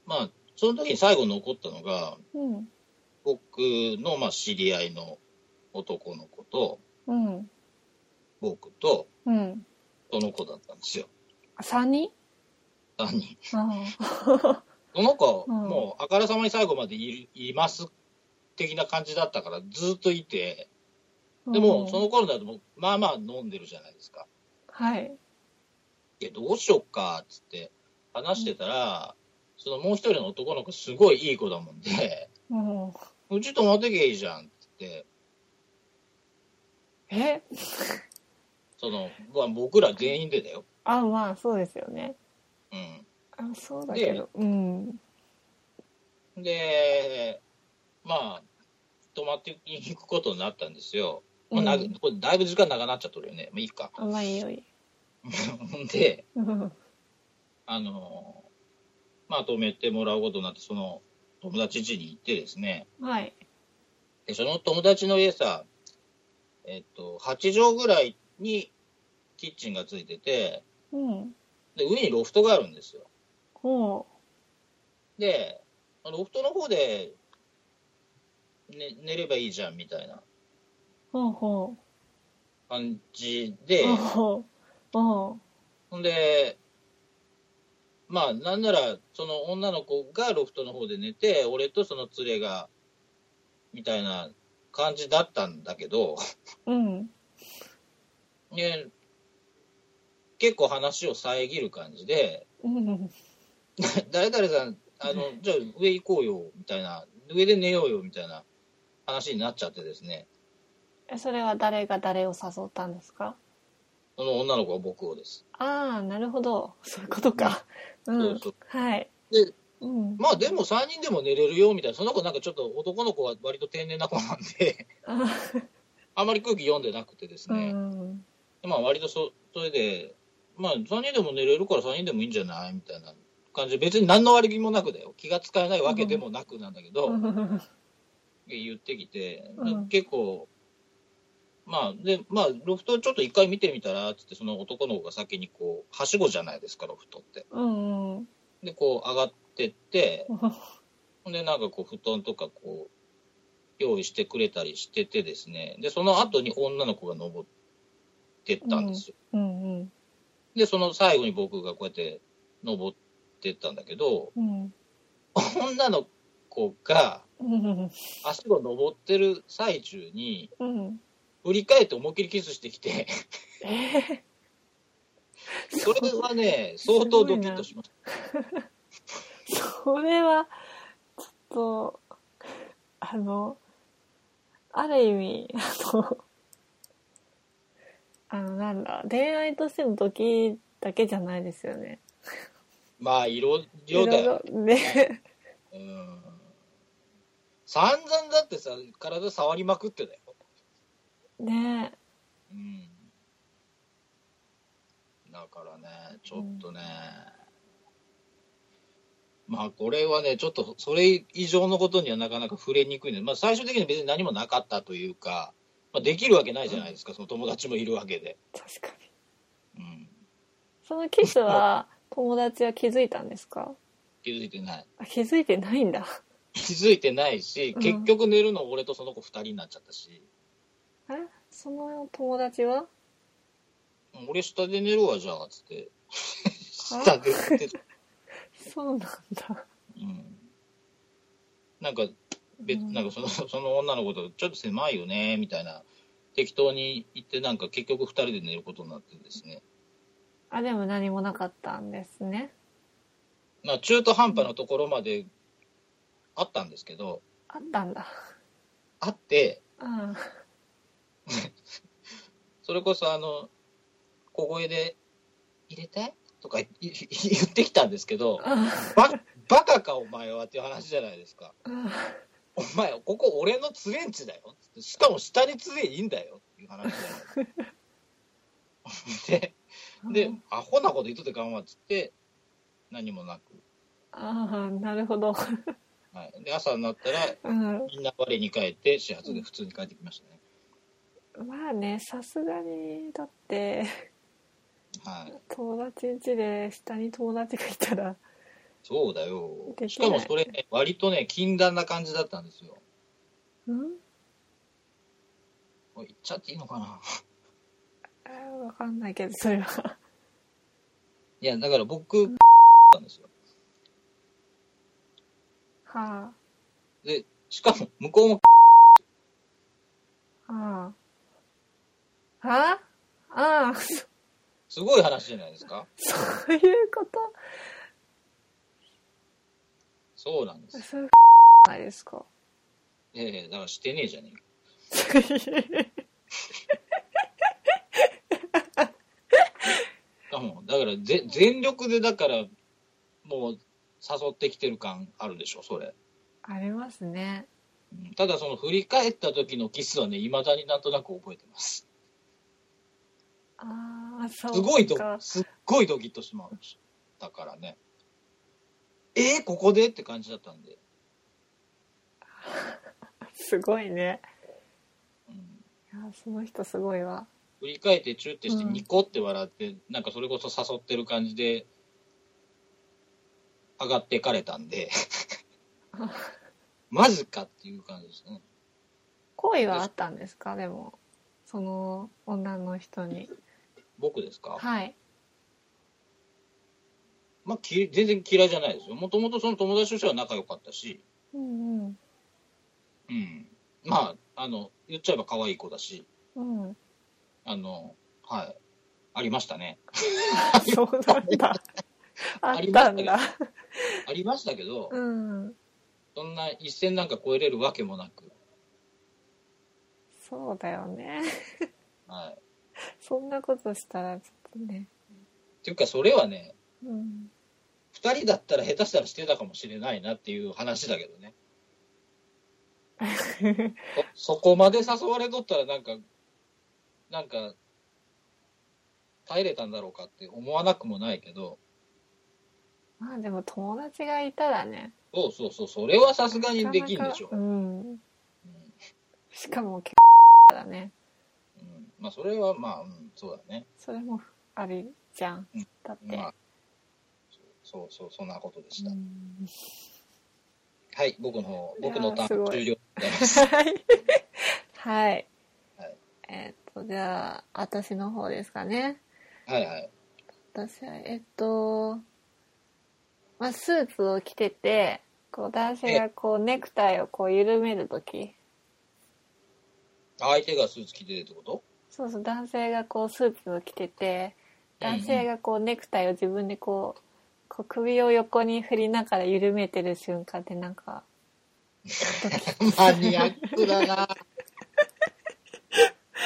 A: ーまあ、その時に最後残ったのが、
B: うん
A: 僕の、まあ、知り合いの男の子と、
B: うん
A: 僕と、
B: うん
A: その子だったんですよ。
B: 3人
A: 三人。
B: あ
A: その子、
B: うん
A: もう、あからさまに最後までいるいます、的な感じだったから、ずっといて、
B: あ
A: でも、その頃だともう、まあまあ飲んでるじゃないですか。
B: はい
A: で、どうしよっか、つって、話してたら、そのもう一人の男の子、すごいいい子だもんで、
B: もう
A: うち泊まってけいいじゃんって、
B: え
A: その、まあ、僕ら全員でだよ。
B: あまあそうですよね
A: う
B: あそうだけどうん
A: ん。で、まあ、泊まって行くことになったんですよ。まあ、な
B: うん
A: これだいぶ時間長くなっちゃっとるよね。まあ、いいか。
B: あまあいいよいいよ
A: で、
B: うん
A: あの、まあ、泊めてもらうことになって、その、友達家に行ってですね、
B: はい。
A: で、その友達の家さ、えっと、8畳ぐらいにキッチンがついてて、
B: うん。
A: で、上にロフトがあるんですよ。
B: ほ
A: で、ロフトの方で、ね、寝ればいいじゃんみたいな
B: う。ほうほ
A: 感じ
B: う。
A: で、
B: ほうほう。ほ
A: ほんで、まあ、なんなら、その女の子がロフトの方で寝て、俺とその連れが、みたいな感じだったんだけど、
B: う。うん。
A: ね、結構話を遮る感じで、
B: うん。
A: 誰々さん、あの、じゃあ上行こうよ、みたいな、上で寝ようよ、みたいな話になっちゃってですね、
B: えそれは誰が誰を誘ったんですか
A: その女の子は僕をです。
B: ああ、なるほど。そういうことか。う
A: そうんそう。
B: はい。
A: で
B: うん。
A: まあでも3人でも寝れるよ、みたいな、その子なんかちょっと男の子は割と天然な子なんで、
B: あ
A: あまり空気読んでなくてです
B: う
A: ね、
B: ん。
A: まあ割とそそれで、まあ3人でも寝れるから3人でもいいんじゃないみたいな感じで、別に何の割り気もなくだよ、気が使えないわけでもなくなんだけど、
B: うん
A: 言ってきて、
B: うん
A: で結構、まあ、で、まあ、ロフトちょっと一回見てみたら、つって、その男の子が先にこう、はしごじゃないですか、ロフトって。
B: うん。うん
A: で、こう、上がってって、ほんで、なんかこう、布団とかこう、用意してくれたりしててですね、で、その後に女の子が登ってったんですよ。
B: うん。
A: で、その最後に僕がこうやって登ってったんだけど、
B: うん。
A: 女の子が
B: うん。
A: 足を登ってる最中に、
B: うん。
A: 振り返って思いっきりキスしてきて、
B: えー
A: それはね、相当ドキッとしまし
B: それは、ちょっと、あの、ある意味、あの、あの、なんだ、恋愛としての時だけじゃないですよね。
A: た。まあ、色々だよ。
B: いろいろね、
A: うん。散々だってさ、体触りまくってだよ。
B: ね、
A: うん。だからね、ちょっとね、まあ、これはね、ちょっと、それ以上のことにはなかなか触れにくいね。まあ、最終的に別に何もなかったというか、まあ、できるわけないじゃないですか、その友達もいるわけで。
B: 確かに。
A: うん。
B: そのキスは、友達は気づいたんですか
A: 気づいて ない。
B: あ気づいてないんだ。
A: 気づいてないし、
B: うん
A: 結局寝るの俺とその子2人になっちゃったし、
B: えその友達は
A: うん俺下で寝るわ、じゃあ、つって。 下で寝て、
B: そうなんだ。
A: うん。なんか、別、なんかその、 その女の子と、ちょっと狭いよね、みたいな。適当に言って、なんか結局2人で寝ることになってですね。
B: あ、でも何もなかったんですね。
A: まあ中途半端なところまであったんですけど、
B: あったんだ。
A: あって、
B: うん。
A: それこそあの、小声で、入れたいとかいい言ってきたんですけど、ババカかお前はっていう話じゃないですか。
B: うん
A: お前、ここ俺のツレんちだよ。しかも下にツレいいんだよっていう話じゃないですか。で、で、アホなこと言っとって我慢っつって、何もなく。
B: ああ、なるほど。
A: はい、で、朝になったら、
B: うん。
A: みんな我に帰って、始発で普通に帰ってきましたね。
B: まあね、さすがに、だって、
A: はい。
B: 友達ん家で下に友達がいたら、
A: そうだよ。
B: で
A: し
B: き
A: か
B: ない
A: もそれ、ね、割とね、禁断な感じだったんですよ。
B: うん
A: これ言っちゃっていいのかな
B: あーわかんないけど、それは。
A: いや、だから僕、なんですよ。
B: は
A: で、しかも、向こうも、
B: あ、はあ。はあああ、そ
A: すごい話じゃないですか。
B: そういうこと
A: そうなんです。
B: そういうないですか。
A: ええだからしてねえじゃねえか。しかも、だからぜ、全力で、だから、もう、誘ってきてる感あるでしょ、それ。
B: ありますね。
A: うんただ、その、振り返った時のキスはね、未だになんとなく覚えてます。
B: ああ、そうか。
A: すごいド、すっごいドキッとしましたからね。えー、ここでって感じだったんで。
B: すごいね
A: うん
B: いやその人すごいわ
A: 振り返ってチュってして
B: うん
A: ニコって笑って、なんかそれこそ誘ってる感じで上がってかれたん でマジかっていう感じですね
B: 恋はあったんですかでもその女の人に
A: 僕ですか、
B: はい
A: まあ、き全然嫌いじゃないですよもともとその友達としては仲良かったし、
B: うんうん
A: うん、まああの言っちゃえば可愛い子だし
B: うん、
A: あのはいありましたね
B: そうなんだ。 あったんだ。
A: ありましたけど、
B: うん。
A: そんな一線なんか越えれるわけもなく、
B: そうだよね。
A: はい、
B: そんなことしたらちょっとね。
A: っていうかそれはね
B: うん。
A: 2人だったら下手したらしてたかもしれないなっていう話だけどねそそこまで誘われとったらなんかなんか耐えれたんだろうかって思わなくもないけど
B: まあでも友達がいたらね。
A: そうそうそうそれはさすがにできんでしょ
B: なかなかうん。
A: うん
B: しかも結構だね。
A: うんまあそれはまあ、うん、そうだね
B: それもありじゃん
A: うん。
B: だって。
A: まあそうそうそうそんなことでし
B: う
A: た、
B: ん
A: はい僕の方
B: いやー
A: 僕のタ
B: す
A: ーン
B: ごい
A: 終了
B: はい。はい
A: はい。
B: えーっと、じゃあ、私の方ですかね。
A: はいはい
B: 私はえっと、まあ、スーツを着ててこう男性がこうネクタイをこう緩める時
A: 相手がスーツ着てるって こと
B: そうそう男性がこうスーツを着てて男性がこうネクタイを自分でこうこう首を横に振りながら緩めてる瞬間ってなんか
A: マニアックだな。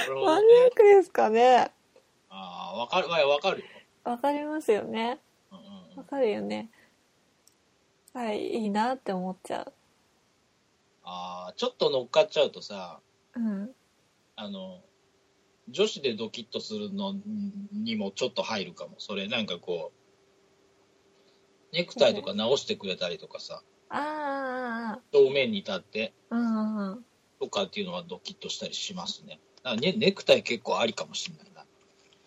B: マニアックですかね
A: ああ、わかる、わわかるよ。
B: わかりますよね
A: うんうんう
B: わ
A: ん、
B: かるよねはいいいなって思っちゃう
A: ああ、ちょっと乗っかっちゃうとさ、
B: うん
A: あの、女子でドキッとするのにもちょっと入るかも。それなんかこう、ネクタイとか直してくれたりとかさ、
B: あーあーあ
A: 正面に立って
B: ーうんうんうん
A: とかっていうのはドキッとしたりしますね。だからね、ネクタイ結構ありかもしれないな。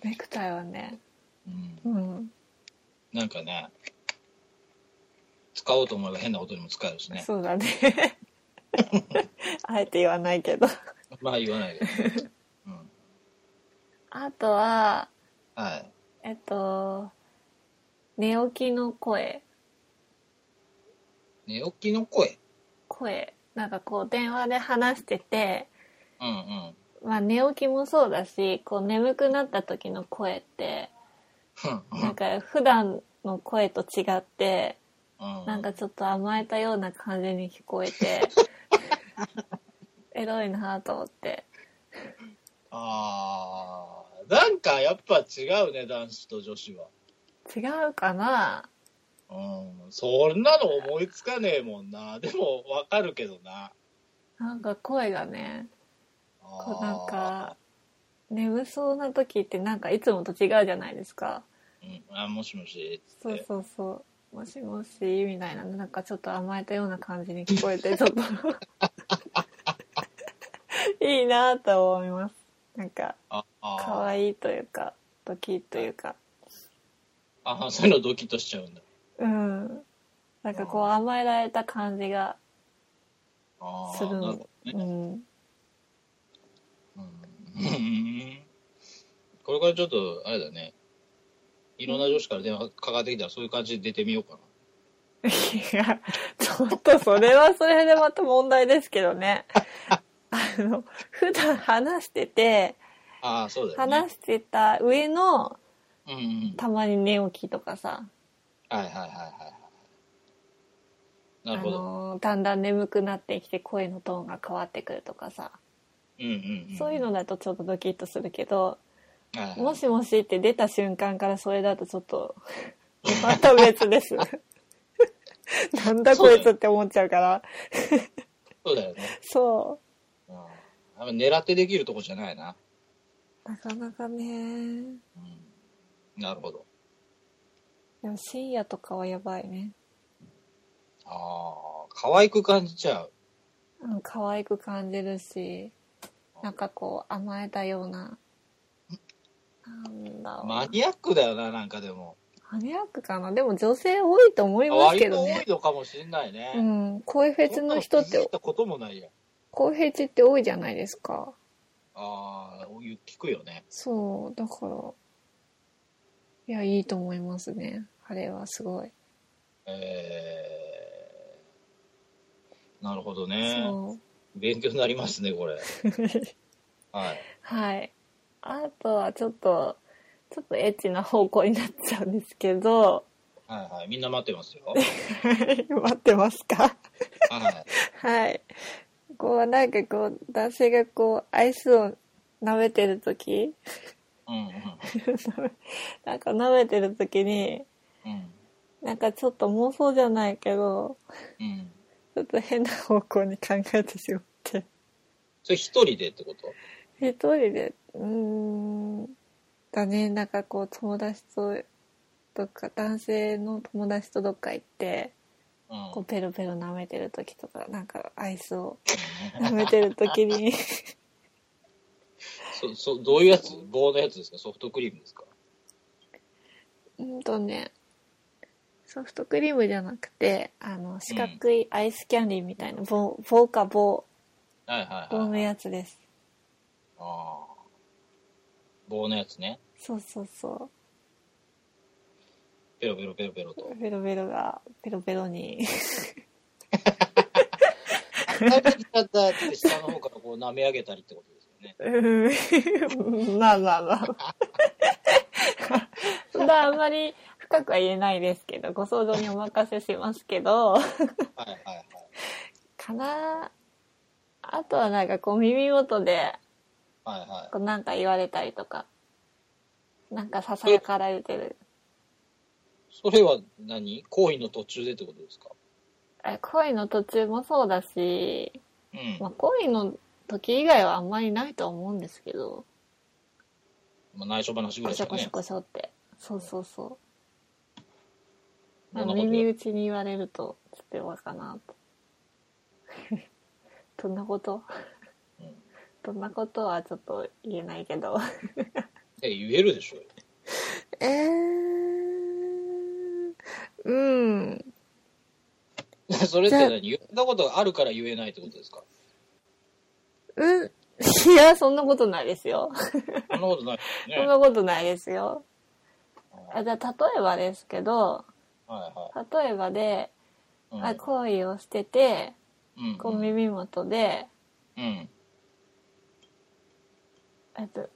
B: ネクタイはね
A: うん。
B: うん
A: なんかね、使おうと思えば変なことにも使えるしね。
B: そうだねあえて言わないけど
A: まあ言わないけど、ね。うん。
B: あとは
A: はい。
B: えっと寝起きの声
A: 寝起きの声。
B: 声なんかこう電話で話してて、
A: うんうん。
B: まあ、寝起きもそうだしこう眠くなった時の声ってなんか普段の声と違ってなんかちょっと甘えたような感じに聞こえてエロいなと思って
A: あーなんかやっぱ違うね、男子と女子は。
B: 違うかな
A: うん、そんなの思いつかねえもんな。でもわかるけどな。
B: なんか声がねこうなん
A: あ
B: か眠そうな時ってなんかいつもと違うじゃないですか
A: ー、うん、あもしもしっ
B: そう
A: て。
B: そうそうもしもしみたいななんかちょっと甘えたような感じに聞こえてちょっといいなと思いますなんか
A: あ
B: 可
A: あー
B: 愛いというかドキッというか
A: あー、そういうのドキッとしちゃうんだ。
B: うんなんかこう甘えられた感じが
A: あ
B: す
A: あ、な
B: る
A: るほ
B: の
A: ど
B: う
A: ね。
B: ん
A: うんうん これからちょっと、あれだね。いろんな女子から電話かかってきたらそういう感じで出てみようかな。
B: いや、ちょっとそれはそれでまた問題ですけどね。あの、普段話してて、
A: ああ、そうだよね。
B: 話してた上の、
A: うんうん。
B: たまに寝起きとかさ、
A: はいはいはいはい。な
B: あ
A: るほど。
B: の、だんだん眠くなってきて声のトーンが変わってくるとかさ、
A: うんうんうん。
B: そういうのだとちょっとドキッとするけど、
A: はいはい
B: もしもしって出た瞬間からそれだとちょっと、また別 です。なんだこいつって思っちゃうから。
A: そうだよね。
B: そ
A: うん。あんま狙ってできるとこじゃないな。
B: う。なかなかね。
A: うん。なるほど。
B: でも深夜とかはやばいね。
A: ああ、可愛く感じちゃう。
B: うん、可愛く感じるしなんかこう甘えたようななんだろう
A: マニアックだよな、なんかでも。
B: マニアックかなでも女性多いと思いますけど
A: 割
B: ね
A: と多いのかもしれないね。
B: うん声フェチの人っ
A: そんなの気づ
B: て
A: いたこともないや。
B: 声フェチって多いじゃないですか
A: ああ、聞くよね。
B: そうだからいやいいと思いますねあれはすごい、
A: えー、なるほどね。
B: そう
A: 勉強になりますね、こ れ。はい。
B: はい。あとはちょっと、ちょっとエッチな方向になっちゃうんですけど、
A: はいはい。みんな待ってますよ。
B: 待ってますか
A: はい。
B: はい。こう、なんかこう、男性がこう、アイスを舐めてる時
A: うんうん
B: なんか舐めてる時に、
A: うん
B: なんかちょっと妄想じゃないけど、
A: うん。
B: ちょっと変な方向に考えてしまって。
A: それ一人でってこと
B: 一人で、うーん、だね、なんかこう、友達と、どっか、男性の友達とどっか行って、
A: うん
B: こうペロペロ舐めてる時とかなんかアイスを舐めてる時に
A: そそどういうやつ棒のやつですかソフトクリームですか
B: うんとねソフトクリームじゃなくてあの四角いアイスキャンディーみたいな棒棒か棒
A: はいはい
B: 棒
A: はい、
B: の
A: はい、
B: やつです
A: ああ棒のやつね
B: そうそうそ
A: ペロペロペロペロと
B: うベロベロがベロベロに
A: 食べ方って下の方からこう舐め上げたりってことですよね
B: うんまあまあまあそんなあんまり深くは言えないですけどご想像にお任せしますけど
A: はいはいはい
B: かなあとはなんかこう耳元で
A: はいはい
B: こうなんか言われたりとかなんかささやかられてる
A: それは何行為の途中でってことですか
B: え恋の途中もそうだし、
A: うん
B: まあ、恋の時以外はあんまりないとは思うんですけど
A: まあ、内緒話ぐら
B: こ
A: い
B: しょ
A: しか
B: こしょ
A: ね
B: こしょってそうそうそう
A: ど
B: あ
A: ん
B: の
A: なこと
B: 耳
A: や
B: 打ちに言われるとちょっと弱かなと どんなこと
A: うん
B: どんなことはちょっと言えないけど
A: え言えるでしょうよ
B: えー、うん。
A: それって何言ったことがあるから言えないってことですか
B: うん。いや、そんなことないですよ。
A: そんなことないです
B: そん
A: よね
B: なことないですよ。
A: は
B: あ
A: い
B: じゃあ、例えばですけど、
A: は
B: 例えばで、
A: いうん
B: あ恋をしてて、
A: うん
B: こう耳元で、
A: うん
B: えっと、ど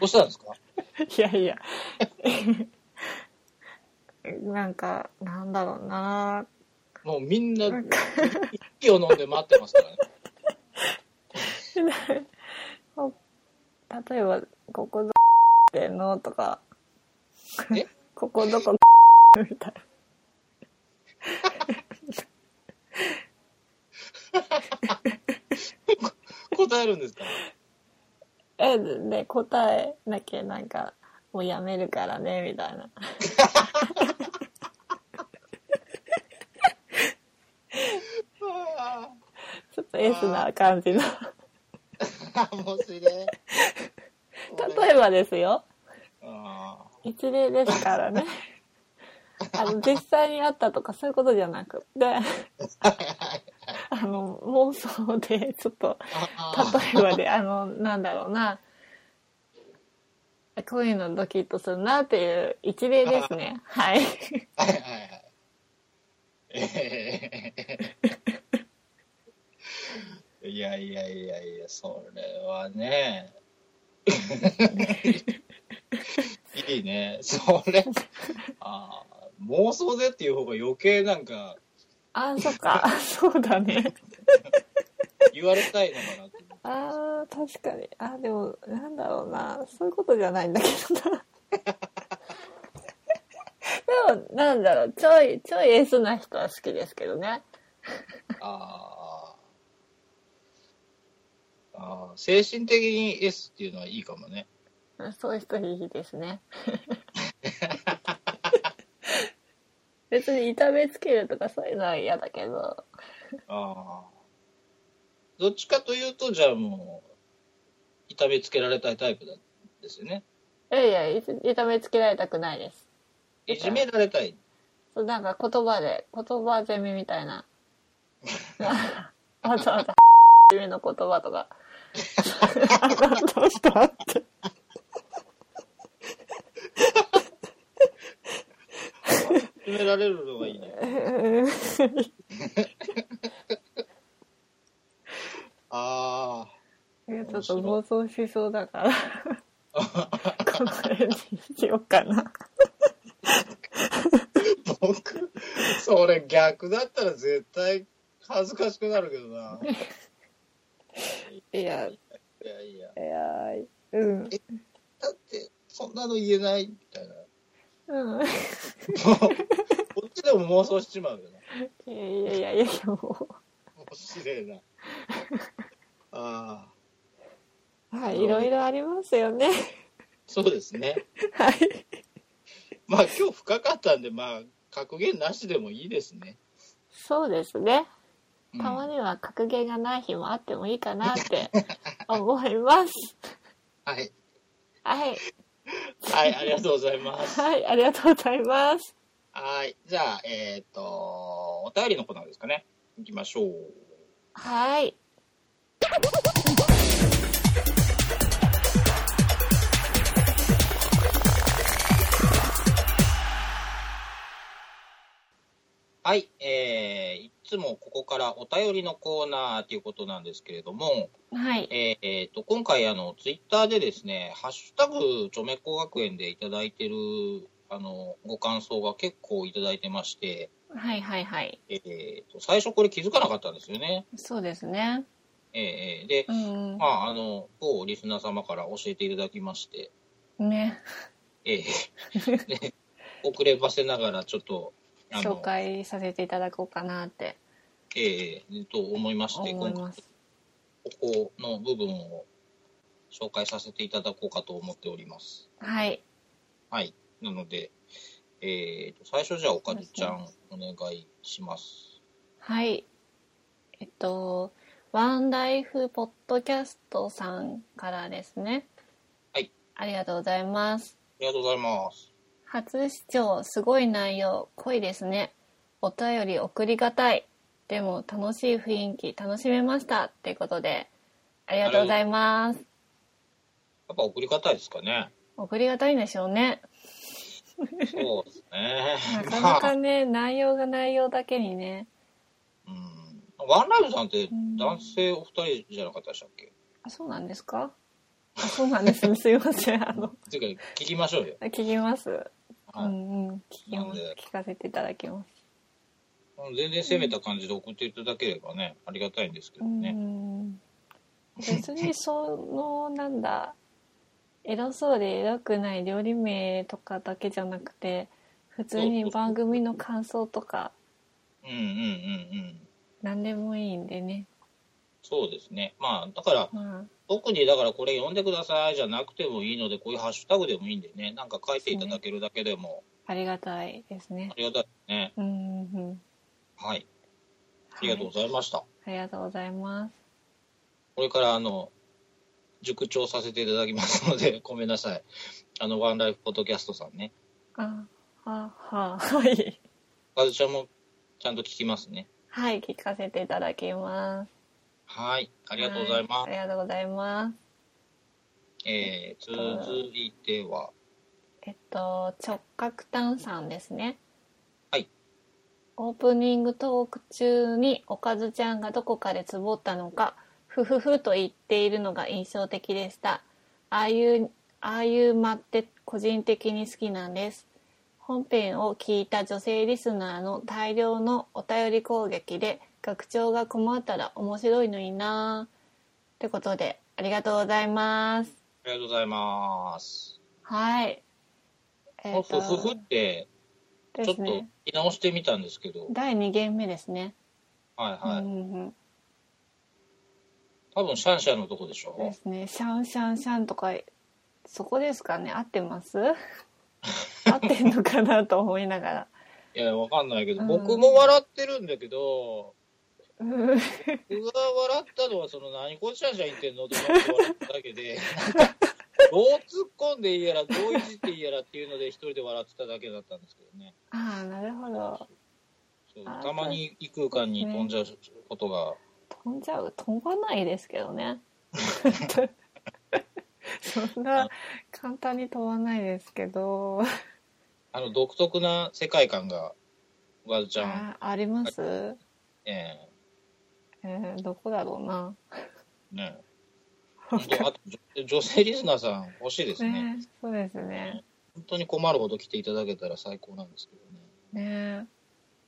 A: どうしたんですか
B: いやいや。なんか、なんだろうな
A: もうみんな
B: なんか、
A: 息を飲んで待ってますからね。
B: 例えば、ここどってのとか、
A: え
B: ここどこみたいな。
A: 答えるんですか
B: えで答えなきゃなんかもうやめるからねみたいなちょっとエスな感じの
A: もうすいで。
B: 例えばですよ
A: あ
B: 一例ですからねあの実際にあったとかそういうことじゃなくてあの妄想でちょっと
A: あ
B: 例えばであのなんだろうなこういうのドキッとするなっていう一例ですねはい。
A: はいはいはい。ええいやいやいやいや、それはね。いいね。それ、ああ、妄想でっていう方が余計なんか
B: あそっか そうだね
A: 言われたいのかなって。
B: あー確かにあーでもなんだろうなそういうことじゃないんだけど なでもなんだろうちょいちょいエスな人は好きですけどね
A: あーあー、精神的に S っていうのはいいかもね。
B: そういう人いいです ね別に痛めつけるとかそういうのは嫌だけど
A: ああ。どっちかというと、じゃあもう、痛めつけられたいタイプなんですよね。
B: いやいやいつ痛めつけられたくないです
A: いじめられたい。
B: そうなんか言葉で言葉攻めみたい なわざわざ攻めの言葉 とかどうしたって
A: いじめられるのがいいね。あ
B: いやちょっと暴走しそうだからこの辺にしようかな
A: あ。僕、それ逆だったら絶対恥ずかしくなるけどな。
B: いやい
A: いやいや。
B: やう
A: だ
B: ん
A: って、そんなの言えないみたいな。
B: うん
A: もうこっちでも妄想しちまうよね。
B: いやいやいやいやも
A: 面白いな。 ああ、
B: うはいいろいろありますよね
A: そうですね。
B: はい
A: まあ今日深かったんで、まあ格言なしでもいいですね。
B: そうですね
A: うん
B: たまには格言がない日もあってもいいかなって思います。
A: はい。
B: はい。
A: はい、ありがとうございます。
B: はい、ありがとうございます。
A: はい。じゃあ、えっ、と、お便りのコーナーですかね。行きましょう。
B: はい。
A: はい。えー、いつもここからお便りのコーナーということなんですけれども、
B: はい。
A: えーえーと今回あの、ツイッターでですね、ハッシュタグ、著名工学園でいただいてるあのご感想が結構いただいてまして、
B: はいはいはい。
A: えーと最初これ気づかなかったんですよね。
B: そうですね。
A: えーえーで、
B: うん
A: ま。あ、あの、某リスナー様から教えていただきまして、
B: ね。
A: えー で遅ればせながらちょっと、あ
B: 紹
A: の、
B: 介させていただこうかなって
A: えーえーと思いまして、
B: 思
A: 今
B: い
A: 回
B: ます。
A: ここの部分を紹介させていただこうかと思っております。
B: はい。
A: はい。なので、えー、と最初じゃあ、おかりちゃん、お願いします。
B: はい。えっと、ワンライフポッドキャストさんからですね。
A: はい。
B: ありがとうございます。
A: ありがとうございます。
B: 初視聴すごい内容濃いですねお便り送りがたいでも楽しい雰囲気楽しめましたってことでありがとうございます
A: やっぱ送り方ですか ね。
B: 送りがたいんでしょうね
A: そうですね
B: な。か
A: ま
B: な
A: あ
B: か、 ね内容が内容だけにね
A: うん。ワンライフさんって
B: ん
A: 男性お二人じゃなかったでしたっけ
B: あそうなんですかあそうなんで すねすいませんあの
A: ていうか、聞きましょうよ。
B: 聞きますう
A: はい
B: んうん聞き
A: な
B: ま
A: ん
B: す
A: で
B: 聞かせていただきます
A: 全然攻めた感じで送っていただければね、ありがたいんですけ
B: う
A: どね。
B: ん別にそのな んだエロそうでエロくない料理名とかだけじゃなくて普通に番組の感想とか
A: うんうんうんうん。
B: 何でもいいんでね
A: そうですね。まあ、だから、
B: ま
A: 特にだからこれ読んでくださいじゃなくてもいいので、こういうハッシュタグでもいいんでね、なんか書いていただけるだけでも
B: あありがたいですね
A: ありがたいですね。
B: うんうん
A: はい。ありがとうございました。
B: ありがとうございます
A: これから、あの、塾長させていただきますので、ごめんなさい。あの、ワンライフポッドキャストさんね。
B: あはははい
A: カズちゃんもちゃんと聞きますね。
B: はい聞かせていただきます
A: はい。あ
B: あ
A: りがとうございます。
B: ありがとうございます
A: えー、続いては、
B: えっと直角炭酸ですね
A: はい
B: オープニングトーク中におかずちゃんがどこかでつぼったのかふふふと言っているのが印象的でしたああいうああいう間って個人的に好きなんです本編を聞いた女性リスナーの大量のお便り攻撃で学長が困ったら面白いのになぁってことでありがとうございます
A: ありがとうございます。
B: はいえ
A: ふ
B: ー
A: ふ
B: と
A: ふふって、
B: で
A: ちょっ
B: す
A: と
B: ね
A: 見直してみたんですけど、
B: 第2限目ですね。
A: はいは
B: う
A: い。
B: んうん
A: 多分シャンシャンのとこでし
B: うん、で
A: ょ
B: すね。シャンシャンシャンとか、そこですかね。合ってます 合ってんのかなと思いながら。
A: いや、わかんないけど、
B: うん
A: 僕も笑ってるんだけど、
B: うん
A: 僕が笑ったのは、その、何こっちゃんじゃ言ってんのって思って笑っただけ で、どう突っ込んでいいやら、どういじっていいやらっていうので、一人で笑ってただけだったんですけどね。
B: ああなるほど
A: そう
B: あー
A: たまに異空間に飛んじゃうことが、
B: 飛んじゃう飛ばないですけど ねそんな簡単に飛ばないですけど
A: あの、独特な世界観が、ワルちゃん、
B: ああります、
A: え
B: えーどこだろうな
A: えねえ本当あと女女性リスナーさん欲しいですね。
B: ねそうですね
A: 本当に困るほど来ていただけたら最高なんですけどね。
B: ね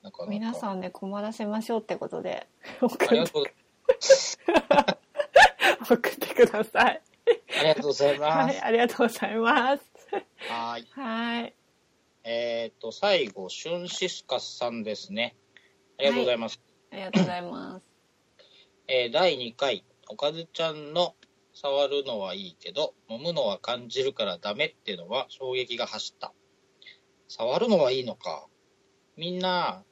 A: なかなか
B: 皆
A: ん、
B: さんで困らせましょうってことで送
A: ありが
B: っ
A: とう
B: 送ってください
A: ありがとうございま
B: は
A: す
B: い。ありがとうございます
A: はーい。
B: はい
A: えっ、と、最後、シュンシスカスさんですね。ありがとうございます。
B: ありがとうございます
A: えー第2回、おかずちゃんの触るのはいいけど、揉むのは感じるからダメってのは衝撃が走った。触るのはいいのか。みんな、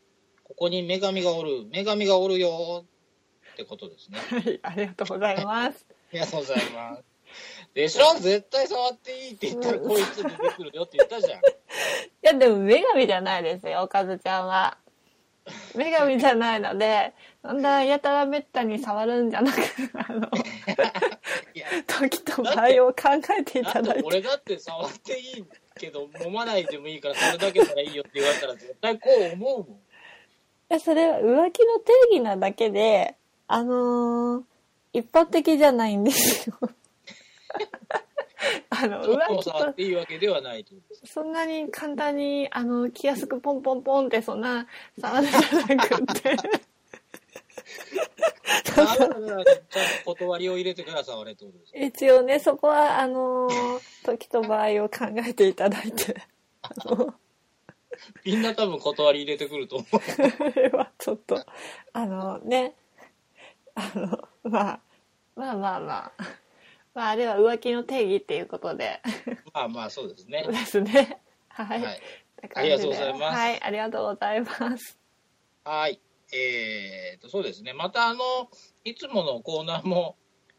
A: ここに女神がおる、女神がおるよーってことですね。
B: はいありがとうございます
A: ありがとうございます。でしょ絶対触っていいって言ったら、こいつ出てくるよって言ったじゃん。
B: いやでも女神じゃないですよおかずちゃんは女神じゃないので そんなやたらめったに触るんじゃなくあ の
A: いや、
B: 時と場合を考えてい
A: な
B: た
A: ん
B: だい
A: で
B: て
A: 俺だって触っていいけど、揉まないでもいいから、それだけならいいよって言われたら、絶対こう思うもん。
B: いやそれは浮気の定義なだけであのー一般的じゃないんです よあの
A: ちょっと
B: 浮
A: も
B: 気
A: 触っ
B: と
A: ていいわけではないということです。
B: そんなに簡単にあの気安くポンポンポンってそんな触るじゃなくて
A: だから、ちゃんと断りを入れてから触れってことです。
B: 一応ねそこはあのー時と場合を考えていただいて あの
A: みんな多分断り入れてくると思う。
B: これはちょっとあのねあの、まあ、まあまあまあまああれは浮気の定義っていうことで
A: まあまあ、そうですね
B: で。すねはい、
A: はい。
B: って
A: あ
B: 感じ
A: り
B: で
A: がとうございます
B: はいありがとうございます
A: はい。えー、と、そうですね。また、あの、いつものコーナーも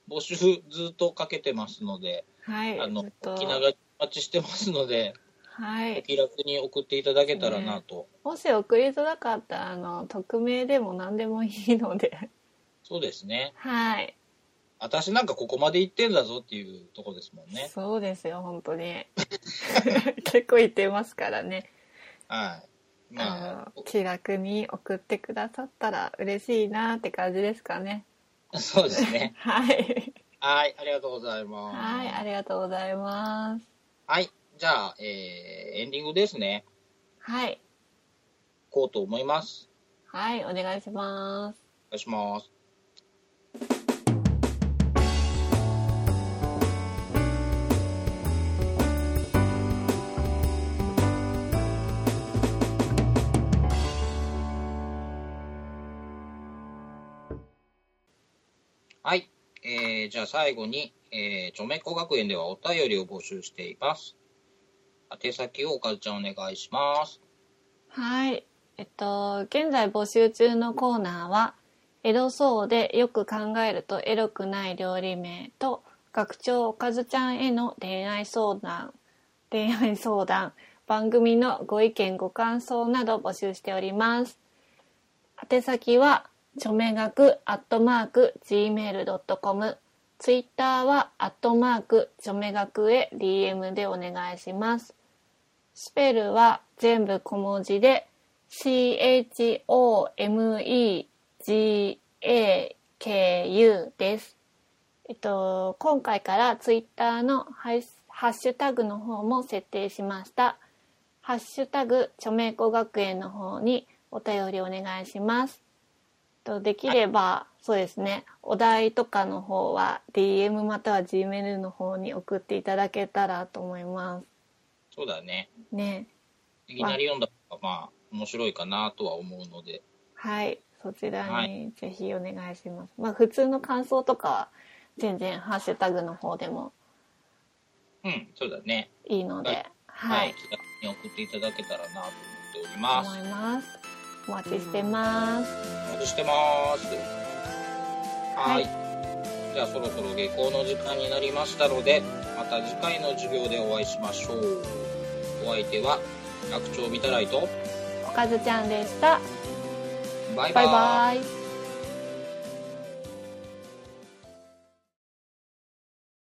A: 募集ずっとかけてますので、
B: はい
A: あの
B: ずっ、
A: お
B: と
A: 気長にお待ちしてますので、
B: はい
A: 気楽に送っていただけたらなと。
B: もし送りづらかったらあの匿名でも何でもいいので
A: そうですね。
B: はい、
A: 私なんかここまで行ってんだぞっていうとこですもんね。
B: そうですよ本当に結構言ってますからね
A: はい。ま
B: あの気楽に送ってくださったら嬉しいなって感じですかね。
A: あ、 そうですね。
B: はい。
A: はい、ありがとうございます。
B: はい、ありがとうございます。
A: はい、じゃあ、えーエンディングですね。
B: はい。
A: こうと思います。
B: はい、お願いします。
A: お願いします。はい。えーじゃあ最後に、えー、ちょめっこ学園ではお便りを募集しています。宛先をおかずちゃんお願いします。
B: はい。えっと、現在募集中のコーナーは、エロそうでよく考えるとエロくない料理名と、学長おかずちゃんへの恋愛相談、恋愛相談、番組のご意見ご感想など募集しております。宛先は、ちょめがくアットマーク gmail.com、ツイッターはアットマークちょめがくへ DM でお願いします。スペルは全部小文字で CHOMEGAKU です。えっと、今回からツイッターのハイハッシュタグの方も設定しました。ハッシュタグ、著名子学園の方にお便りお願いします。えっとできれば、そうですね、お題とかの方は DM または Gmail の方に送っていただけたらと思います。
A: そうだね。
B: ね
A: いきなり読んだ方が、まあ、面白いかなとは思うので、
B: はいそちら
A: は
B: にぜひお願いします、まあ普通の感想とかは全然ハッシュタグの方でも
A: うん、そうだね。
B: いいのではい、
A: 気楽に送っていただけたらなと思っており
B: 思
A: ます。
B: いますお待ちしてます
A: お待待ちしてます。
B: は
A: はいい。じゃあそろそろ下校の時間になりましたので、また次回の授業でお会いしましょう。お相手は、学長見たらいと、
B: おかずちゃんでした
A: バイバイ。
B: バイバイ